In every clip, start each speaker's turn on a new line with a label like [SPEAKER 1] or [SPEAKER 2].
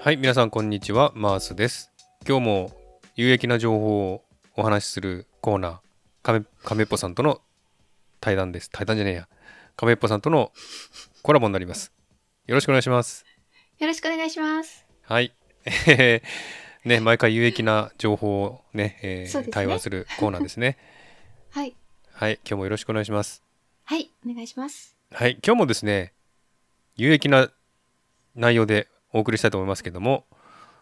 [SPEAKER 1] はい、皆さんこんにちは、マースです。今日も有益な情報をお話しするコーナー、カメカメッポさんとの対談です。対談じゃねえや。カメッポさんとのコラボになります。よろしくお願いします。
[SPEAKER 2] よろしくお願いします。
[SPEAKER 1] はい。えーね、毎回有益な情報をね、えー
[SPEAKER 2] そうですね
[SPEAKER 1] 対話するコーナーですね。
[SPEAKER 2] はい。
[SPEAKER 1] はい、今日もよろしくお願いします。
[SPEAKER 2] はい。お願いします。
[SPEAKER 1] はい、今日もですね、有益な内容でお送りしたいと思いますけども、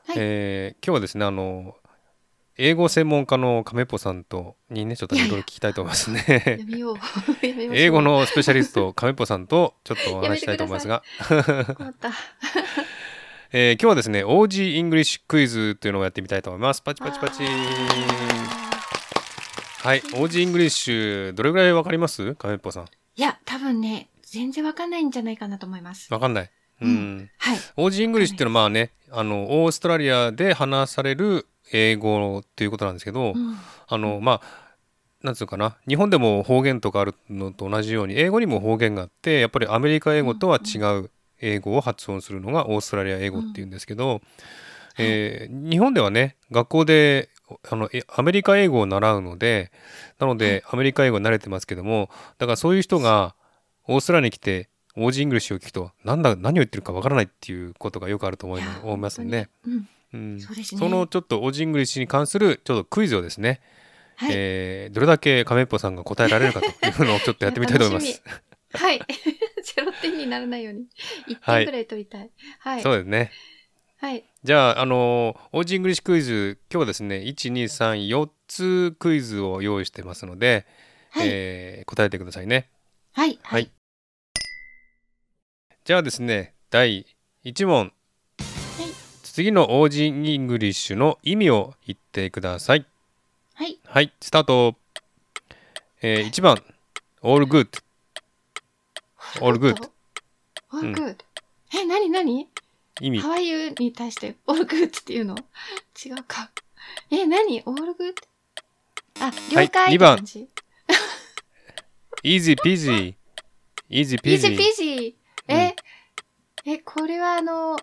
[SPEAKER 2] はい
[SPEAKER 1] えー今日はですね、あの、英語専門家の亀っぽさんとにね、ちょっといろいろ聞きたいと思います
[SPEAKER 2] や
[SPEAKER 1] ね。
[SPEAKER 2] めよう。やめましょう
[SPEAKER 1] 英語。のスペシャリスト、亀っぽさんとちょっとお話ししたいと思いますが、
[SPEAKER 2] 困った。
[SPEAKER 1] えー今日はですね、OG イングリッシュクイズというのをやってみたいと思います。パチパチパチ。はい、OG イングリッシュ、どれぐらいわかります亀っぽさん。
[SPEAKER 2] いや、多分ね、全然わかんないんじゃないかなと思います。
[SPEAKER 1] わかんない。
[SPEAKER 2] うん
[SPEAKER 1] うん
[SPEAKER 2] はい。
[SPEAKER 1] オージーイングリッシュっていうのはまあね、あのオーストラリアで話される英語っていうことなんですけど、
[SPEAKER 2] うん
[SPEAKER 1] あのまあなんつうかな日本でも方言とかあるのと同じように英語にも方言があってやっぱりアメリカ英語とは違う英語を発音するのがオーストラリア英語っていうんですけど、えー日本ではね学校であのえアメリカ英語を習うのでなのでアメリカ英語に慣れてますけどもだからそういう人がオーストラリアに来てオージーイングリッシュを聞くとなんだ何を言ってるかわからないっていうことがよくあると思い
[SPEAKER 2] いや
[SPEAKER 1] 思いますね。
[SPEAKER 2] うん。
[SPEAKER 1] うん、
[SPEAKER 2] そうですね
[SPEAKER 1] そのちょっとオージーイングリッシュに関するちょっとクイズをですね
[SPEAKER 2] はい。
[SPEAKER 1] えーどれだけ亀っぽさんが答えられるかという のをちょっとやってみたいと思いま
[SPEAKER 2] いや
[SPEAKER 1] す。
[SPEAKER 2] はい。 ゼロ点にならないように。一
[SPEAKER 1] はい
[SPEAKER 2] 点ぐらい取りたい。はい。
[SPEAKER 1] そうですね。
[SPEAKER 2] はい。
[SPEAKER 1] じゃあ、あのー、オージーイングリッシュクイズ、今日はですね、1、2、3、4つクイズを用意してますので、
[SPEAKER 2] はい。
[SPEAKER 1] えー答えてくださいね。
[SPEAKER 2] はい。
[SPEAKER 1] は
[SPEAKER 2] はいい。
[SPEAKER 1] じゃあですね、第1問。次のオージーイングリッシュの意味を言ってください。
[SPEAKER 2] はい。
[SPEAKER 1] はい、スタート。えー、1番、all good。all good。
[SPEAKER 2] オ
[SPEAKER 1] う
[SPEAKER 2] ー
[SPEAKER 1] ん
[SPEAKER 2] ルグッド。え、なになに
[SPEAKER 1] 意味
[SPEAKER 2] ハ。ワイユーに対して、オールグッドっていうの違うか。え、何オールグッドあ、了
[SPEAKER 1] はい
[SPEAKER 2] 解
[SPEAKER 1] 二
[SPEAKER 2] って
[SPEAKER 1] 番
[SPEAKER 2] 感じ。
[SPEAKER 1] easy peasy。easy
[SPEAKER 2] ピ
[SPEAKER 1] peasy
[SPEAKER 2] ージーピ。ージーえ、え、これはあの、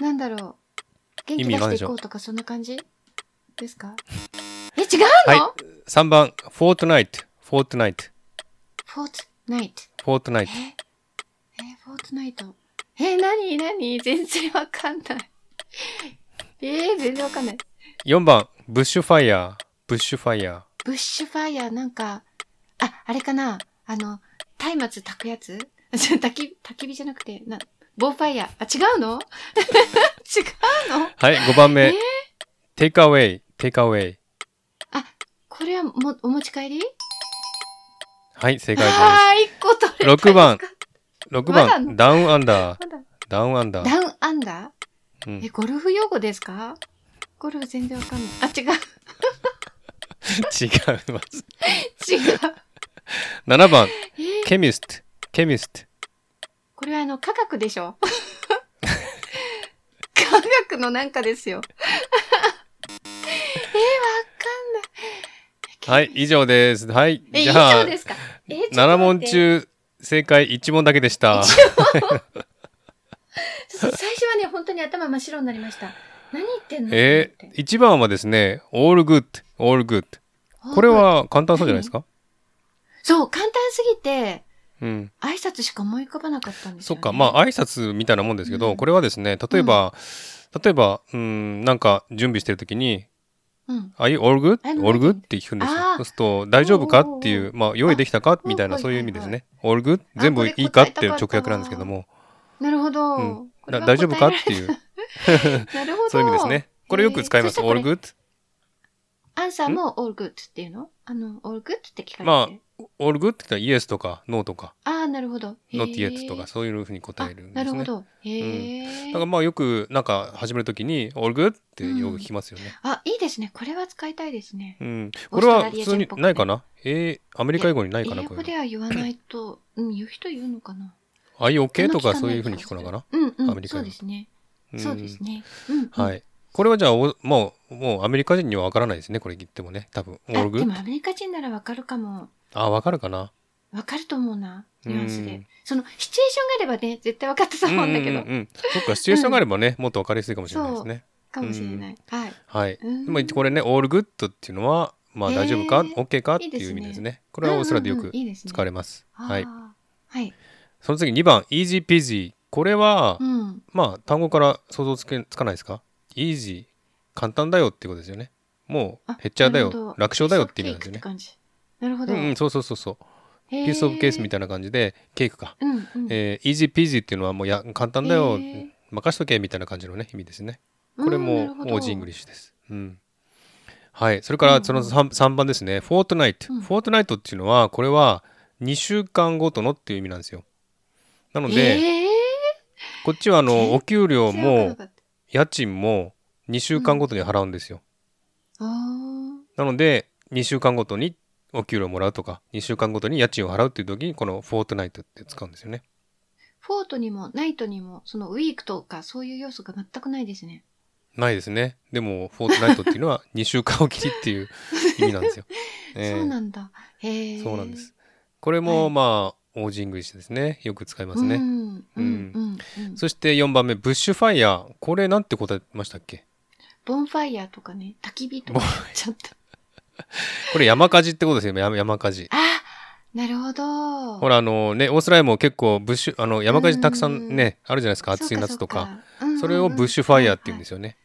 [SPEAKER 2] なんだろう。元気出
[SPEAKER 1] 意味わかんないで
[SPEAKER 2] して
[SPEAKER 1] し
[SPEAKER 2] い
[SPEAKER 1] ょ
[SPEAKER 2] こうとか、そんな感じですかえ、違うの、
[SPEAKER 1] は3番、フォートナイト、フォートナイト、
[SPEAKER 2] フォートナイト。
[SPEAKER 1] フォートナイ
[SPEAKER 2] え
[SPEAKER 1] ト。、
[SPEAKER 2] え、フォートナイト。え、なになに全然わかんない。えー、全然わかんない。
[SPEAKER 1] 4番、ブッシュファイヤー、ブッシュファイヤ
[SPEAKER 2] ブッシュファイヤーなんか、あ、あれかなあの、松明炊くやつ 焚き、焚き火じゃなくて、な、ボーファイヤー。あ、違うの 違うの
[SPEAKER 1] ー。はい、5番
[SPEAKER 2] え
[SPEAKER 1] 目
[SPEAKER 2] ー、
[SPEAKER 1] テイクアウェイ、テイクアウェイ。
[SPEAKER 2] これはも、お持ち帰り
[SPEAKER 1] はい、正解で
[SPEAKER 2] ああー、一個取れた。
[SPEAKER 1] 六番
[SPEAKER 2] ま
[SPEAKER 1] す。6
[SPEAKER 2] まだあん
[SPEAKER 1] 番、
[SPEAKER 2] の
[SPEAKER 1] ダウンアンダー、
[SPEAKER 2] だ
[SPEAKER 1] ダウンアンダー。
[SPEAKER 2] ダウンアンダ
[SPEAKER 1] う
[SPEAKER 2] ーえ、
[SPEAKER 1] ん、
[SPEAKER 2] ゴルフ用語ですかゴルフ全然わかんない。あ、違う。
[SPEAKER 1] 違 います。
[SPEAKER 2] 違う。
[SPEAKER 1] 7番、
[SPEAKER 2] えー
[SPEAKER 1] ケミスト、ケミスト。
[SPEAKER 2] これはあの、科学でしょ 科学のなんかですよ。 えー、わかんな。
[SPEAKER 1] はいい、以上です。はい、
[SPEAKER 2] え、以
[SPEAKER 1] じゃ
[SPEAKER 2] 上
[SPEAKER 1] あ
[SPEAKER 2] で、すか。えー、ちょっと
[SPEAKER 1] 7問
[SPEAKER 2] 待って。
[SPEAKER 1] 中、正解1問だけでした。
[SPEAKER 2] 最初はね、本当に頭真っ白になりました。何言ってんの
[SPEAKER 1] え
[SPEAKER 2] と思って
[SPEAKER 1] ー、1番はですね、all good, all good。これは簡単そうじゃないですか
[SPEAKER 2] そう、簡単すぎて、
[SPEAKER 1] うん。
[SPEAKER 2] 挨拶しか思い浮かばなかったんです
[SPEAKER 1] そ
[SPEAKER 2] よ、
[SPEAKER 1] っ
[SPEAKER 2] ね。
[SPEAKER 1] か、まあ挨拶みたいなもんですけど、
[SPEAKER 2] うん
[SPEAKER 1] これはですね、例えば、例えば、うん、なんか準備してるときに、
[SPEAKER 2] うん。
[SPEAKER 1] あい、all good?
[SPEAKER 2] I'm
[SPEAKER 1] all good?
[SPEAKER 2] ready.
[SPEAKER 1] って聞くんですよ。
[SPEAKER 2] あー
[SPEAKER 1] そうすると、大丈夫か
[SPEAKER 2] おーおー
[SPEAKER 1] っていう、まあ、用意できたか
[SPEAKER 2] い
[SPEAKER 1] みたいな、
[SPEAKER 2] はい
[SPEAKER 1] そういう意味で
[SPEAKER 2] は
[SPEAKER 1] す
[SPEAKER 2] い
[SPEAKER 1] ね。all good?
[SPEAKER 2] あ
[SPEAKER 1] 全部
[SPEAKER 2] こ
[SPEAKER 1] い
[SPEAKER 2] れ
[SPEAKER 1] いかっていう
[SPEAKER 2] 答えた
[SPEAKER 1] 直
[SPEAKER 2] かった
[SPEAKER 1] 訳なんですけども、
[SPEAKER 2] なるほど。
[SPEAKER 1] うん
[SPEAKER 2] これ
[SPEAKER 1] だ
[SPEAKER 2] は
[SPEAKER 1] 大丈夫かって
[SPEAKER 2] 答
[SPEAKER 1] いう、
[SPEAKER 2] え られなるほど。
[SPEAKER 1] そういう意味ですね。これよく使います。
[SPEAKER 2] へー
[SPEAKER 1] all。good?
[SPEAKER 2] そしたらこれアンサーも all good っていうのあの、all good って聞かれて。
[SPEAKER 1] ま all good って言ったら yes とか no とか、
[SPEAKER 2] ああ、なるほど。へー
[SPEAKER 1] not yet とか、そういうふうに答えるん
[SPEAKER 2] あ
[SPEAKER 1] で
[SPEAKER 2] なる
[SPEAKER 1] す
[SPEAKER 2] ほ
[SPEAKER 1] ね。
[SPEAKER 2] ど。へえ、
[SPEAKER 1] だからまあよくなんか始めるときに all good ってよく聞きますよね。
[SPEAKER 2] あ、いいですね。これは使いたいですね。
[SPEAKER 1] うん、
[SPEAKER 2] オ
[SPEAKER 1] こ
[SPEAKER 2] ー
[SPEAKER 1] れ
[SPEAKER 2] スト
[SPEAKER 1] は
[SPEAKER 2] ラリ
[SPEAKER 1] 普
[SPEAKER 2] ア
[SPEAKER 1] 通
[SPEAKER 2] 人
[SPEAKER 1] に
[SPEAKER 2] っぽく
[SPEAKER 1] ないかなえーアメリカ英語にない
[SPEAKER 2] 英
[SPEAKER 1] かなこ
[SPEAKER 2] 語
[SPEAKER 1] れ
[SPEAKER 2] では言わないと、うん、言う人言うのかな。
[SPEAKER 1] あいオッケーとか
[SPEAKER 2] あん
[SPEAKER 1] そ
[SPEAKER 2] ま
[SPEAKER 1] う
[SPEAKER 2] 聞
[SPEAKER 1] いう
[SPEAKER 2] な
[SPEAKER 1] ふうに聞くのかな
[SPEAKER 2] うんうん、
[SPEAKER 1] アメリカ英
[SPEAKER 2] そう
[SPEAKER 1] 語
[SPEAKER 2] ですね。
[SPEAKER 1] うん
[SPEAKER 2] そうですね。うん、。
[SPEAKER 1] はいいこれはじゃあおもうもうアメリカ人にはわからないですねこれ言ってもね多分オー
[SPEAKER 2] あ
[SPEAKER 1] ルグ
[SPEAKER 2] でもアメリカ人ならわかるかも。
[SPEAKER 1] あわかるかな
[SPEAKER 2] わかると思うな、ニュアンス
[SPEAKER 1] う
[SPEAKER 2] で
[SPEAKER 1] ん。
[SPEAKER 2] その、シチュエーションがあればね、絶対分かったと思うんだけど、
[SPEAKER 1] うんうんうんそっかシチュエーションがあればね、もっと分かりやすいかもしれないですね。
[SPEAKER 2] かもしれない。はい。
[SPEAKER 1] はい。
[SPEAKER 2] うん
[SPEAKER 1] まあこれね「オールグッド」っていうのはまあ
[SPEAKER 2] へー
[SPEAKER 1] 大丈夫か OK かって
[SPEAKER 2] いい
[SPEAKER 1] い
[SPEAKER 2] ですね
[SPEAKER 1] う意味ですね。これはオーストラリアでよく使わ
[SPEAKER 2] れ
[SPEAKER 1] れます。はい。
[SPEAKER 2] はい。
[SPEAKER 1] その次2番「イージーピージー」これは、
[SPEAKER 2] うん。
[SPEAKER 1] まあ単語から想像つけつかないですかイージー簡単だよっていうことですよね。もう
[SPEAKER 2] あ
[SPEAKER 1] へっちゃらだ
[SPEAKER 2] なるほ
[SPEAKER 1] よ
[SPEAKER 2] ど
[SPEAKER 1] 楽勝だよっていう意味なんですよ
[SPEAKER 2] ピースオブケーキって
[SPEAKER 1] ね。
[SPEAKER 2] 感じ。なるほ
[SPEAKER 1] う
[SPEAKER 2] ど。
[SPEAKER 1] んうんそうそうそうそう。ピース・オブ・ケースみたいな感じでケーキか。
[SPEAKER 2] いな。うんうん。
[SPEAKER 1] えー、イージー・ピージーっていうのはもうや簡単だよ、
[SPEAKER 2] へー
[SPEAKER 1] 任しとけみたいな感じのね意味ですね。
[SPEAKER 2] うん
[SPEAKER 1] これ
[SPEAKER 2] なる
[SPEAKER 1] も
[SPEAKER 2] ほど
[SPEAKER 1] オージー・イングリッシュです。うんはい、それからその 3, 3番ですね「フォートナイト」
[SPEAKER 2] うん
[SPEAKER 1] フォートナイト」っていうのはこれは2週間ごとのっていう意味なんですよ。なので、
[SPEAKER 2] えー
[SPEAKER 1] こっちはあのお給料
[SPEAKER 2] 知らなかっ
[SPEAKER 1] も
[SPEAKER 2] た
[SPEAKER 1] 家賃も2週間ごとに払うんですよ。
[SPEAKER 2] あー
[SPEAKER 1] なので2週間ごとにお給料もらうとか2週間ごとに家賃を払うっていう時にこの「フォートナイト」って使うんですよね。
[SPEAKER 2] フォートにもナイトにも、そのウィークとかそういう要素が全くないですね。
[SPEAKER 1] ないですね。でも、フォートナイトっていうの は2週間おきりっていう意味なんですよ。ええ
[SPEAKER 2] そうなんだ。へえ。
[SPEAKER 1] そうなんです。。これも、
[SPEAKER 2] はい
[SPEAKER 1] まあ、オージングリッシュですね。よく使います
[SPEAKER 2] う
[SPEAKER 1] ね。
[SPEAKER 2] んうんうんうん。
[SPEAKER 1] そして4番目、ブッシュファイヤー。これなんて答えましたっけ
[SPEAKER 2] ボンファイヤーとかね、焚き火とか
[SPEAKER 1] ボン、
[SPEAKER 2] ちょっと。
[SPEAKER 1] これ山火事ってことですよね。山山火事。
[SPEAKER 2] あなるほど。
[SPEAKER 1] ほら、あのね、オーストラリアも結構、ブッシュ、あの、山火事たくさんね、あるじゃないですか。暑い夏とか。
[SPEAKER 2] そうか。。
[SPEAKER 1] それをブッシュファイヤーって言うんですすよね。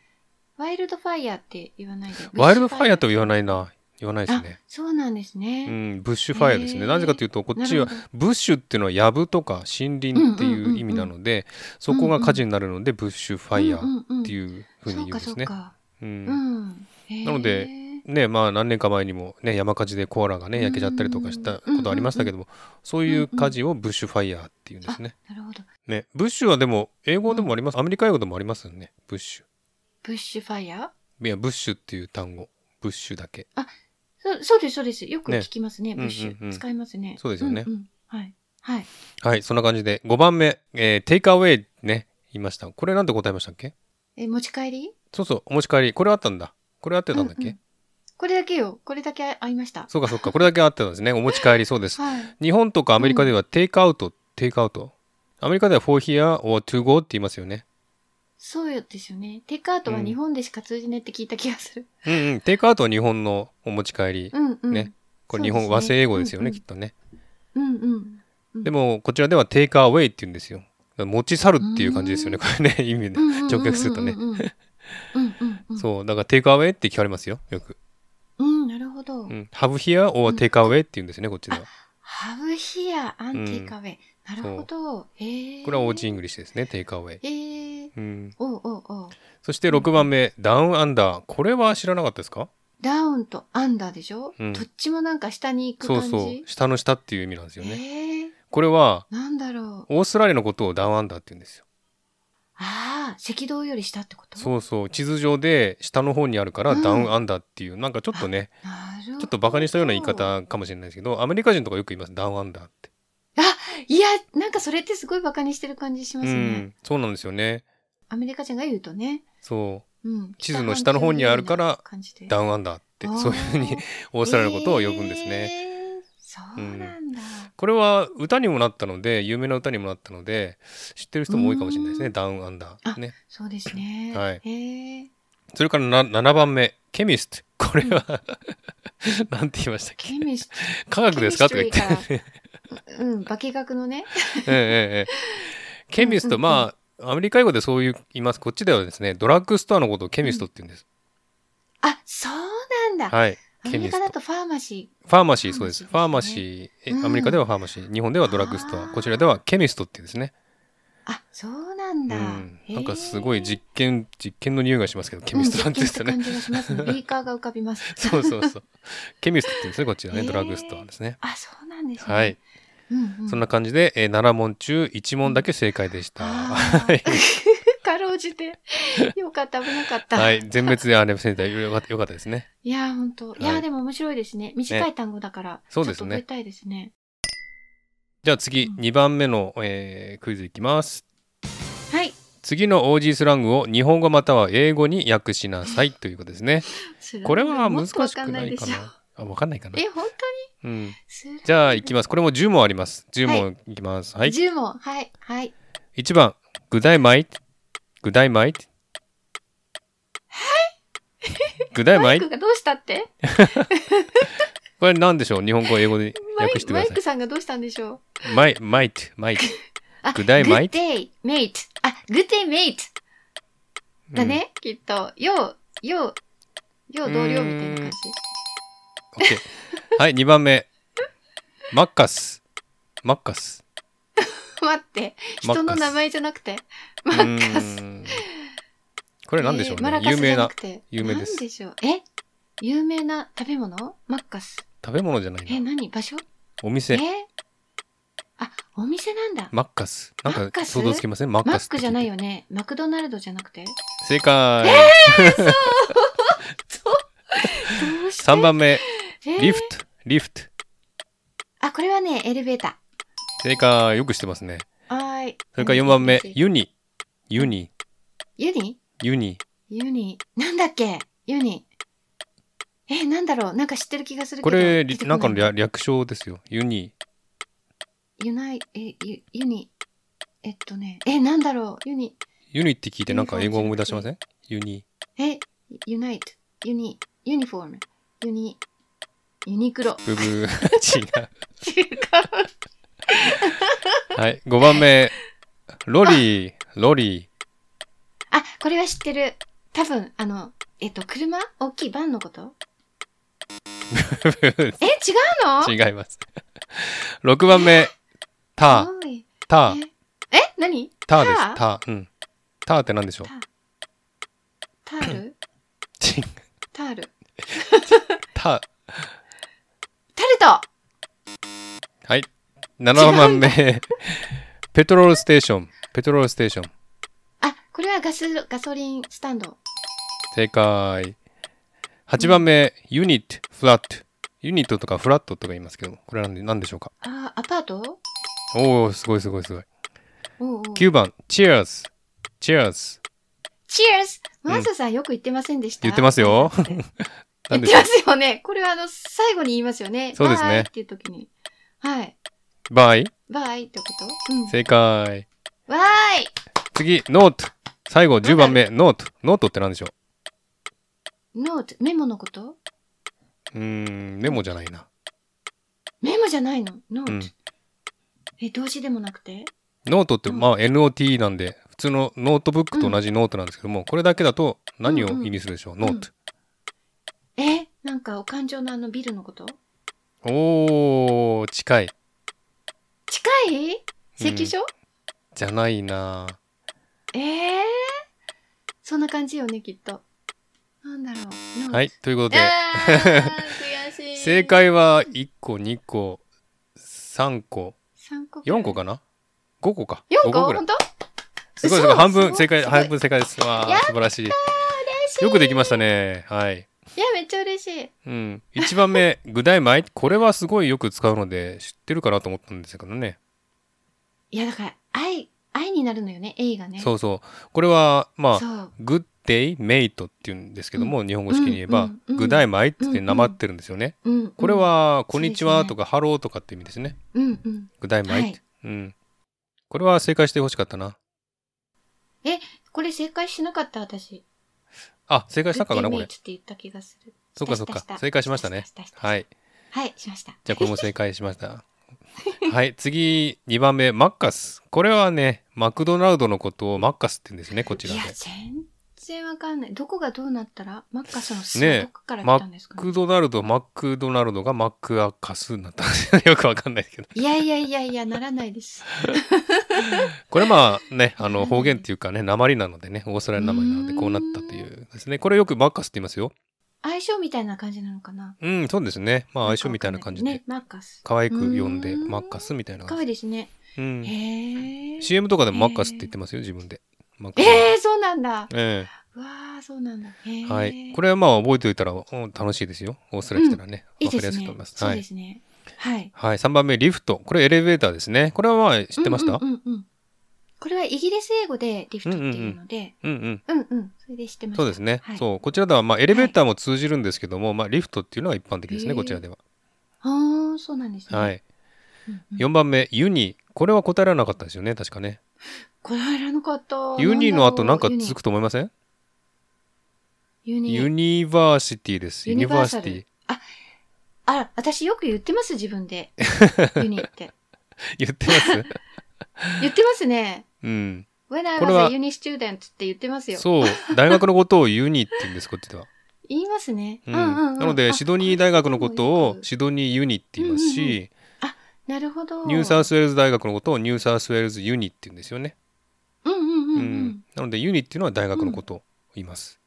[SPEAKER 2] ワイルドファイヤーって言わないで。
[SPEAKER 1] ワイルドファイヤーとは言わ
[SPEAKER 2] い
[SPEAKER 1] ないな。言わないですね
[SPEAKER 2] あ。、そうなんです
[SPEAKER 1] う
[SPEAKER 2] ね。
[SPEAKER 1] ん、ブッシュファイヤーです
[SPEAKER 2] へ
[SPEAKER 1] ね。
[SPEAKER 2] ー
[SPEAKER 1] なぜかというと、こっち
[SPEAKER 2] な
[SPEAKER 1] は
[SPEAKER 2] るほど
[SPEAKER 1] ブッシュっていうのは藪とか森林っていう意味なので、そこが火事になるのでブッシュファイヤーって
[SPEAKER 2] うん
[SPEAKER 1] いうふうに言うんです
[SPEAKER 2] そう
[SPEAKER 1] ね
[SPEAKER 2] か。そうか。
[SPEAKER 1] う
[SPEAKER 2] うんん。へー
[SPEAKER 1] なので、ねまあ何年か前にもね山火事でコアラがね焼けちゃったりとかしたことありましたけども、そういう火事をブッシュファイヤーっていうんですね。
[SPEAKER 2] なるほど。
[SPEAKER 1] ねブッシュはでも英語でもあります、アメリカ英語でもありますよねブッシ
[SPEAKER 2] ブッシュファイヤー
[SPEAKER 1] ュ。いやブッシュっていう単語ブッシュだけ。
[SPEAKER 2] そうそうです、そうです。よく
[SPEAKER 1] ね
[SPEAKER 2] 聞きますね、ブッシ
[SPEAKER 1] うんうんう
[SPEAKER 2] ュ。
[SPEAKER 1] ん
[SPEAKER 2] 使いますね。
[SPEAKER 1] そうですよね
[SPEAKER 2] んんはい。はい。
[SPEAKER 1] はいそんな感じで5番目、えー、テイクアウェイね言いました。これなんて答えましたっけ
[SPEAKER 2] え、持ち帰り
[SPEAKER 1] そうそう、お持ち帰り。これあったんだ。これあってたんだっけ、
[SPEAKER 2] うんうんこれだけよ。これだけ合いました。
[SPEAKER 1] そうかそうか、これだけあってたんですね。お持ち帰り、そうです。
[SPEAKER 2] はい。
[SPEAKER 1] 日本とかアメリカではテイクアウト、テイクアウト。アメリカでは for here or to go って言いますよね。
[SPEAKER 2] そうよですよね。テイクアウトは
[SPEAKER 1] うん
[SPEAKER 2] 日本でしか通じないって聞いた気がする。
[SPEAKER 1] うんうん、テイクアウトは日本のお持ち帰り。
[SPEAKER 2] うんうん。
[SPEAKER 1] ね。これ
[SPEAKER 2] そ
[SPEAKER 1] 日
[SPEAKER 2] うですね
[SPEAKER 1] 本和製英語ですよね、
[SPEAKER 2] うんうん
[SPEAKER 1] きっとね。
[SPEAKER 2] うんうん。うん
[SPEAKER 1] でも、こちらではテイクアウェイって言うんですよ。持ち去るっていう感じですよね、
[SPEAKER 2] う
[SPEAKER 1] これね、意味で
[SPEAKER 2] うんうんうんうんうん。
[SPEAKER 1] 直訳するとね
[SPEAKER 2] う。んうんうん。
[SPEAKER 1] そう、だからテイクアウェイって聞かれますよ、よく。
[SPEAKER 2] うん、なるほど
[SPEAKER 1] う。ん、have here or take away って言うんですね、こっちでは。
[SPEAKER 2] ハブヒアア
[SPEAKER 1] うん
[SPEAKER 2] ンテイカウェイ。なるほど。ええ。
[SPEAKER 1] これはオージーイングリッシュですね、テイクアウェイ。
[SPEAKER 2] ええ。
[SPEAKER 1] うん、
[SPEAKER 2] おうおうおう。
[SPEAKER 1] そして6番目、ダウンアンダー。これは知らなかったですか
[SPEAKER 2] ダウンとアンダーでしょ
[SPEAKER 1] うん
[SPEAKER 2] どっちもなんか下に行く
[SPEAKER 1] そう
[SPEAKER 2] 感じ。
[SPEAKER 1] そう。下の下っていう意味なんですよね。
[SPEAKER 2] ええ。
[SPEAKER 1] これは、
[SPEAKER 2] なんだろう。
[SPEAKER 1] オーストラリアのことをダウンアンダーって言うんですよ。
[SPEAKER 2] ああ、赤道より下ってこと
[SPEAKER 1] そうそう。地図上で下の方にあるから
[SPEAKER 2] うん
[SPEAKER 1] ダウンアンダーっていう、なんかちょっとね、
[SPEAKER 2] なるほど。
[SPEAKER 1] ちょっとバカにしたような言い。方かもしれないですけど、アメリカ人とかよく言います、ダウンアンダーって。
[SPEAKER 2] いや、なんかそれってすごいバカにしてる感じしま
[SPEAKER 1] う
[SPEAKER 2] すね。
[SPEAKER 1] ん。そうなんですよね。
[SPEAKER 2] アメリカ人が言うとね。
[SPEAKER 1] そ
[SPEAKER 2] うん。
[SPEAKER 1] 地図の下の方にあるから
[SPEAKER 2] 感じで
[SPEAKER 1] う。ダウンアンダーって、そういうふうに
[SPEAKER 2] あー
[SPEAKER 1] オーストラリアのことを呼ぶんですね。
[SPEAKER 2] えーそうなんだ。
[SPEAKER 1] これは歌にもなったので、有名な歌にもなったので、知ってる人も多いかもしれないです
[SPEAKER 2] う
[SPEAKER 1] ね、
[SPEAKER 2] ん
[SPEAKER 1] ダウンアンダー。
[SPEAKER 2] あ
[SPEAKER 1] ね。
[SPEAKER 2] そうですね。
[SPEAKER 1] はい
[SPEAKER 2] へえ。
[SPEAKER 1] それからな7番目、ケミスト。これ は、なんて言いましたっけ
[SPEAKER 2] ケミス
[SPEAKER 1] 科学ですかとか言って。
[SPEAKER 2] ケ うん、化学のね。
[SPEAKER 1] ええええケミスト、
[SPEAKER 2] うんうんうん
[SPEAKER 1] まあ、アメリカ英語でそういう言います。こっちではですね、ドラッグストアのことをケミストって言うんです。
[SPEAKER 2] あ、そうなんだ。
[SPEAKER 1] はい。
[SPEAKER 2] ア
[SPEAKER 1] ケミ
[SPEAKER 2] メリ
[SPEAKER 1] ス
[SPEAKER 2] カだ
[SPEAKER 1] ト。
[SPEAKER 2] とファーマシ
[SPEAKER 1] ファーマシー、そうです。フ
[SPEAKER 2] フ
[SPEAKER 1] ァ
[SPEAKER 2] ァ
[SPEAKER 1] ー
[SPEAKER 2] ー
[SPEAKER 1] マ
[SPEAKER 2] マ
[SPEAKER 1] シ
[SPEAKER 2] シ
[SPEAKER 1] ー、え
[SPEAKER 2] うん
[SPEAKER 1] アメリカではファーマシー、日本ではドラッグストア、
[SPEAKER 2] あー
[SPEAKER 1] こちらではケミストって言うんですね。
[SPEAKER 2] ー。あ、そうなん
[SPEAKER 1] う
[SPEAKER 2] だ。
[SPEAKER 1] ん。
[SPEAKER 2] へー
[SPEAKER 1] なんかすごい実験、実験の匂いがしますけど、ケミストなんて言ってた
[SPEAKER 2] うん
[SPEAKER 1] ね。
[SPEAKER 2] 実験って感じがしますね。ビーカーが浮かびます。
[SPEAKER 1] そうそうそう。ケミストって言うんですね、こっちはね、
[SPEAKER 2] へー
[SPEAKER 1] ドラッグストアですね。
[SPEAKER 2] あ、そうなんですね。
[SPEAKER 1] はい。。
[SPEAKER 2] うんうん、
[SPEAKER 1] そんな感じで、えー7問中1問だけ正解でした。
[SPEAKER 2] あ
[SPEAKER 1] は
[SPEAKER 2] ー
[SPEAKER 1] い。
[SPEAKER 2] かろうじて。よかった、危なかった。、
[SPEAKER 1] はいい、全滅であれセンターよかったよかったですね。
[SPEAKER 2] やー、ほんと。いや
[SPEAKER 1] はい
[SPEAKER 2] ー、でも面白いですね。短い単語だから。
[SPEAKER 1] そうですね
[SPEAKER 2] ちょっと覚えたいですね。
[SPEAKER 1] じゃあ次、
[SPEAKER 2] うん
[SPEAKER 1] 2番目の、えークイズいきます。
[SPEAKER 2] はい。
[SPEAKER 1] 次の OG スラングを日本語または英語に訳 しなさいということですね。これは難しくないかな。あ、わかんないかな。
[SPEAKER 2] え、本当に
[SPEAKER 1] うん、
[SPEAKER 2] スライ
[SPEAKER 1] じゃあいきますこれも10問あります10問いきますはい、
[SPEAKER 2] 10問。はい。はい。
[SPEAKER 1] 1番具材米具材米具材
[SPEAKER 2] マ
[SPEAKER 1] 米
[SPEAKER 2] イクがどうしたって
[SPEAKER 1] これ何でしょう日本語英語で
[SPEAKER 2] マイ
[SPEAKER 1] 訳してく
[SPEAKER 2] マ
[SPEAKER 1] だ
[SPEAKER 2] イ
[SPEAKER 1] さ
[SPEAKER 2] クさんがどうしたんでしょう
[SPEAKER 1] いマイマイトマイト
[SPEAKER 2] あ、
[SPEAKER 1] Good day, mate.
[SPEAKER 2] Good day, mate. あ、Good day, mate. だね、きっと。よう、よう、よう同僚みたいな感
[SPEAKER 1] う
[SPEAKER 2] じ。
[SPEAKER 1] ん OK はい2番目マッカスマッカス
[SPEAKER 2] 待って、
[SPEAKER 1] マッカス
[SPEAKER 2] 人の名前じゃなくて。マッカ
[SPEAKER 1] う
[SPEAKER 2] ス。
[SPEAKER 1] んこれ何でしょう
[SPEAKER 2] えーマ
[SPEAKER 1] ね
[SPEAKER 2] ラカ
[SPEAKER 1] 有
[SPEAKER 2] ス
[SPEAKER 1] 名
[SPEAKER 2] じゃ
[SPEAKER 1] な
[SPEAKER 2] くて
[SPEAKER 1] 有名です
[SPEAKER 2] 何でしょう。え有名な食べ物マッカス。
[SPEAKER 1] 食べ物じゃない
[SPEAKER 2] え、
[SPEAKER 1] な
[SPEAKER 2] 何場所
[SPEAKER 1] お
[SPEAKER 2] え
[SPEAKER 1] 店
[SPEAKER 2] あ、お店なんだ。
[SPEAKER 1] マッカスな
[SPEAKER 2] マ
[SPEAKER 1] ん
[SPEAKER 2] ッカ
[SPEAKER 1] か
[SPEAKER 2] ス
[SPEAKER 1] 想像つきませんマッ
[SPEAKER 2] マ
[SPEAKER 1] カス
[SPEAKER 2] ッ
[SPEAKER 1] って聞
[SPEAKER 2] ク
[SPEAKER 1] いて
[SPEAKER 2] じゃないよね。マクドナルドじゃ なくて。
[SPEAKER 1] 正解
[SPEAKER 2] どうして
[SPEAKER 1] 3。番目
[SPEAKER 2] えー
[SPEAKER 1] リフトリフト
[SPEAKER 2] あ、これはね、エレベータ
[SPEAKER 1] 正解よくしてますね
[SPEAKER 2] ー。はーい。
[SPEAKER 1] それから4番目
[SPEAKER 2] エレベーター
[SPEAKER 1] ユニユニ
[SPEAKER 2] ユニ
[SPEAKER 1] ユニ
[SPEAKER 2] ユニ。なんだっけユニ。え、なんだろうなんか知ってる気がするけど。
[SPEAKER 1] これ
[SPEAKER 2] 出てこ
[SPEAKER 1] なんかの
[SPEAKER 2] い
[SPEAKER 1] 略略称ですよユニ
[SPEAKER 2] ユナイ、え、ユユニ。えっとね、え、なんだろうユニ。
[SPEAKER 1] ユニって聞いてなんか英語思い出しませんユニ
[SPEAKER 2] え、ユナイト。ユニ。ユニフォーム。ユニ。ユニクロ。
[SPEAKER 1] ブブー 違う
[SPEAKER 2] 違う。
[SPEAKER 1] はい5番目ロリーロリー
[SPEAKER 2] あ、これは知ってる。多分、あの、えっと、車大きいバンのことえ、違うの
[SPEAKER 1] 違います。6番目、ター、
[SPEAKER 2] おい
[SPEAKER 1] ター、
[SPEAKER 2] え、え何
[SPEAKER 1] ターです。
[SPEAKER 2] タ
[SPEAKER 1] ター、うん。ターって何でしょう
[SPEAKER 2] ター ル
[SPEAKER 1] ち
[SPEAKER 2] タール。
[SPEAKER 1] ター。
[SPEAKER 2] タルト
[SPEAKER 1] はい。7番目、ペトロールステーション、ペトロールステーション。
[SPEAKER 2] あ、これはガス、ガソリンスタンド。
[SPEAKER 1] 正解。8番目、ユニット、フラット。ユニットとかフラットとか言いますけど、これなんで何でしょうか
[SPEAKER 2] あ、アパート
[SPEAKER 1] おおすごいすごいすごい。
[SPEAKER 2] おうおう。
[SPEAKER 1] 9番、チェアーズ、チェアーズ。
[SPEAKER 2] チェアスマサさんよく言ってませんでした
[SPEAKER 1] 言ってますよ
[SPEAKER 2] 言って
[SPEAKER 1] 何でしょ
[SPEAKER 2] ま
[SPEAKER 1] う
[SPEAKER 2] すよね。これはあの、最後に言いますよね。
[SPEAKER 1] そうですね
[SPEAKER 2] バイっていう時に。はい。
[SPEAKER 1] バイ
[SPEAKER 2] バイってことうん。わ
[SPEAKER 1] 正解。
[SPEAKER 2] ーい
[SPEAKER 1] 次、ノート。最後、10番目、ノート。ノートって何でしょう
[SPEAKER 2] ノート、メモのこと
[SPEAKER 1] うーん、メモじゃないな。
[SPEAKER 2] メモじゃないのノート。
[SPEAKER 1] うん
[SPEAKER 2] え、動詞でもなくて
[SPEAKER 1] ノートって、
[SPEAKER 2] うん
[SPEAKER 1] まあ NOT なんで、普通のノートブックと同じノートなんですけども、これだけだと何を意味するでしょう、
[SPEAKER 2] んう
[SPEAKER 1] ノ
[SPEAKER 2] ん
[SPEAKER 1] ート。
[SPEAKER 2] え、なんかお感情のあのビルのこと
[SPEAKER 1] おー、近い。
[SPEAKER 2] 近い請求書、
[SPEAKER 1] じゃないな
[SPEAKER 2] ええー、そんな感じよね、きっと。なんだろう。ノート
[SPEAKER 1] はい、。ということで、
[SPEAKER 2] あー悔しい。
[SPEAKER 1] 正。解は1個、2個、3個、
[SPEAKER 2] 3個。
[SPEAKER 1] 4個。かな ?5 個か。
[SPEAKER 2] 4
[SPEAKER 1] 五個
[SPEAKER 2] 個
[SPEAKER 1] ぐらい
[SPEAKER 2] 本。当
[SPEAKER 1] すごいすごい。
[SPEAKER 2] 嘘
[SPEAKER 1] 半分
[SPEAKER 2] すご
[SPEAKER 1] 正
[SPEAKER 2] い
[SPEAKER 1] 解、
[SPEAKER 2] すごい
[SPEAKER 1] 半分正解です。わ
[SPEAKER 2] や
[SPEAKER 1] ー、素晴らしい。よくできましたね。はい。
[SPEAKER 2] いや、めっちゃ嬉しい。
[SPEAKER 1] うん、1番目具題米これはすごいよく使うので知ってるかなと思ったんですけどね
[SPEAKER 2] いや、だから、愛、愛になるのよね、A がね。
[SPEAKER 1] そうそうこれはまあ
[SPEAKER 2] そう。
[SPEAKER 1] 「グッデイメイト」っていうんですけども、日本語式に言えば
[SPEAKER 2] うん
[SPEAKER 1] 「
[SPEAKER 2] うん
[SPEAKER 1] 具題米」って
[SPEAKER 2] うん
[SPEAKER 1] なまってるんですよね、
[SPEAKER 2] うん、うん。
[SPEAKER 1] これ、は「
[SPEAKER 2] そ
[SPEAKER 1] こ
[SPEAKER 2] うんですね
[SPEAKER 1] にちは」とか「ハロー」とかって意味ですね
[SPEAKER 2] うん、うん。
[SPEAKER 1] 「具題米」
[SPEAKER 2] はい
[SPEAKER 1] うん、これは正解してほしかったな
[SPEAKER 2] これ正解しなかった、私。
[SPEAKER 1] あ正解したかな
[SPEAKER 2] グ
[SPEAKER 1] こ
[SPEAKER 2] ッデイメイ
[SPEAKER 1] れ
[SPEAKER 2] ツって言った気がする。
[SPEAKER 1] そっかそっ
[SPEAKER 2] したし
[SPEAKER 1] か
[SPEAKER 2] た
[SPEAKER 1] 正解しましたね
[SPEAKER 2] したしたした
[SPEAKER 1] はい
[SPEAKER 2] はい、しました。
[SPEAKER 1] じゃあこれも正解しました。 はい次2番目マッカスこれはねマクドナルドのことをマッカスって言うんですねこち
[SPEAKER 2] い
[SPEAKER 1] らで
[SPEAKER 2] や、全然わかんない。どこがどうなったらマッカスのス
[SPEAKER 1] ねえ
[SPEAKER 2] どこから来たんです
[SPEAKER 1] マ
[SPEAKER 2] かね
[SPEAKER 1] クドナルドマックドナルドがマックアカスになった よくわかんないけど
[SPEAKER 2] いやいやいやいや、ならないです。
[SPEAKER 1] これまあねあ
[SPEAKER 2] は
[SPEAKER 1] の
[SPEAKER 2] い
[SPEAKER 1] 方言っていうかね鉛なのでねオーストラリア鉛なのでこうなったというですねこれよくマッカスって言いますよ
[SPEAKER 2] 相性みたいな感じなのかな
[SPEAKER 1] うんそうですねまあ相性みたいな感じで
[SPEAKER 2] ね、マッカス。
[SPEAKER 1] 可愛く呼んで
[SPEAKER 2] うーん
[SPEAKER 1] マッカスみたいな
[SPEAKER 2] か
[SPEAKER 1] 感
[SPEAKER 2] わい
[SPEAKER 1] じ
[SPEAKER 2] いですね。
[SPEAKER 1] うん
[SPEAKER 2] へえ。
[SPEAKER 1] CM とかでもマッカスって言ってますよ自分でマッカス
[SPEAKER 2] えー、そうなんだ。
[SPEAKER 1] ええ
[SPEAKER 2] うわー、そうなんだ。へー
[SPEAKER 1] はい。これはまあ覚えておいたら、うん楽しいですよ。オーストラリア来たらね。
[SPEAKER 2] いい
[SPEAKER 1] わか
[SPEAKER 2] で
[SPEAKER 1] りや
[SPEAKER 2] す
[SPEAKER 1] すいと
[SPEAKER 2] ね
[SPEAKER 1] 思いま。す。
[SPEAKER 2] そう
[SPEAKER 1] は
[SPEAKER 2] で
[SPEAKER 1] い。
[SPEAKER 2] すね。はい。
[SPEAKER 1] はい。3番目、リフト。これエレベーターですね。これはまあ知ってました
[SPEAKER 2] うんうんうんうん。これはイギリス英語でリフトっていうので、
[SPEAKER 1] うんうん。
[SPEAKER 2] うんうん。それで知ってまし
[SPEAKER 1] そ
[SPEAKER 2] た。
[SPEAKER 1] うですね
[SPEAKER 2] は。い
[SPEAKER 1] そう。こちらではまあエレベーターも通じるんですけども、まあリフトっていうのは一般的ですね、
[SPEAKER 2] へー
[SPEAKER 1] こちらでは。
[SPEAKER 2] あー、ん、そうなんですね。
[SPEAKER 1] はい。
[SPEAKER 2] うんうん
[SPEAKER 1] 4番目、ユニ。これは答えられなかったですよね、確かね。
[SPEAKER 2] これはいらなかった。
[SPEAKER 1] ユニの後なんか
[SPEAKER 2] なんだろう
[SPEAKER 1] つくと思いません
[SPEAKER 2] ユニ。
[SPEAKER 1] ユ
[SPEAKER 2] ユニ
[SPEAKER 1] ニバーシティです。ユ
[SPEAKER 2] ユ
[SPEAKER 1] ニ
[SPEAKER 2] ニ
[SPEAKER 1] バ
[SPEAKER 2] バ
[SPEAKER 1] ー
[SPEAKER 2] ー
[SPEAKER 1] シ
[SPEAKER 2] サ
[SPEAKER 1] テ
[SPEAKER 2] ル
[SPEAKER 1] ィ。
[SPEAKER 2] あら、私よく言ってます、自分で。ユニって。
[SPEAKER 1] 言ってます
[SPEAKER 2] 言ってますね。
[SPEAKER 1] うん。
[SPEAKER 2] When I
[SPEAKER 1] これは
[SPEAKER 2] was a uni student って言ってますよ。
[SPEAKER 1] そう。大学のことをユニって言うんです、こっちでは。
[SPEAKER 2] 言いますね。
[SPEAKER 1] う
[SPEAKER 2] うんんうんうん。
[SPEAKER 1] なので、
[SPEAKER 2] あ
[SPEAKER 1] シドニー大学のこと
[SPEAKER 2] これも
[SPEAKER 1] を
[SPEAKER 2] よく
[SPEAKER 1] シドニーユニって言いますし、
[SPEAKER 2] なるほど。
[SPEAKER 1] ニューサウスウェールズ大学のことをニューサウスウェールズユニって言うんですよね。
[SPEAKER 2] うんうんうんう
[SPEAKER 1] うんん。なので、ユニっていうのは大学のことを言います。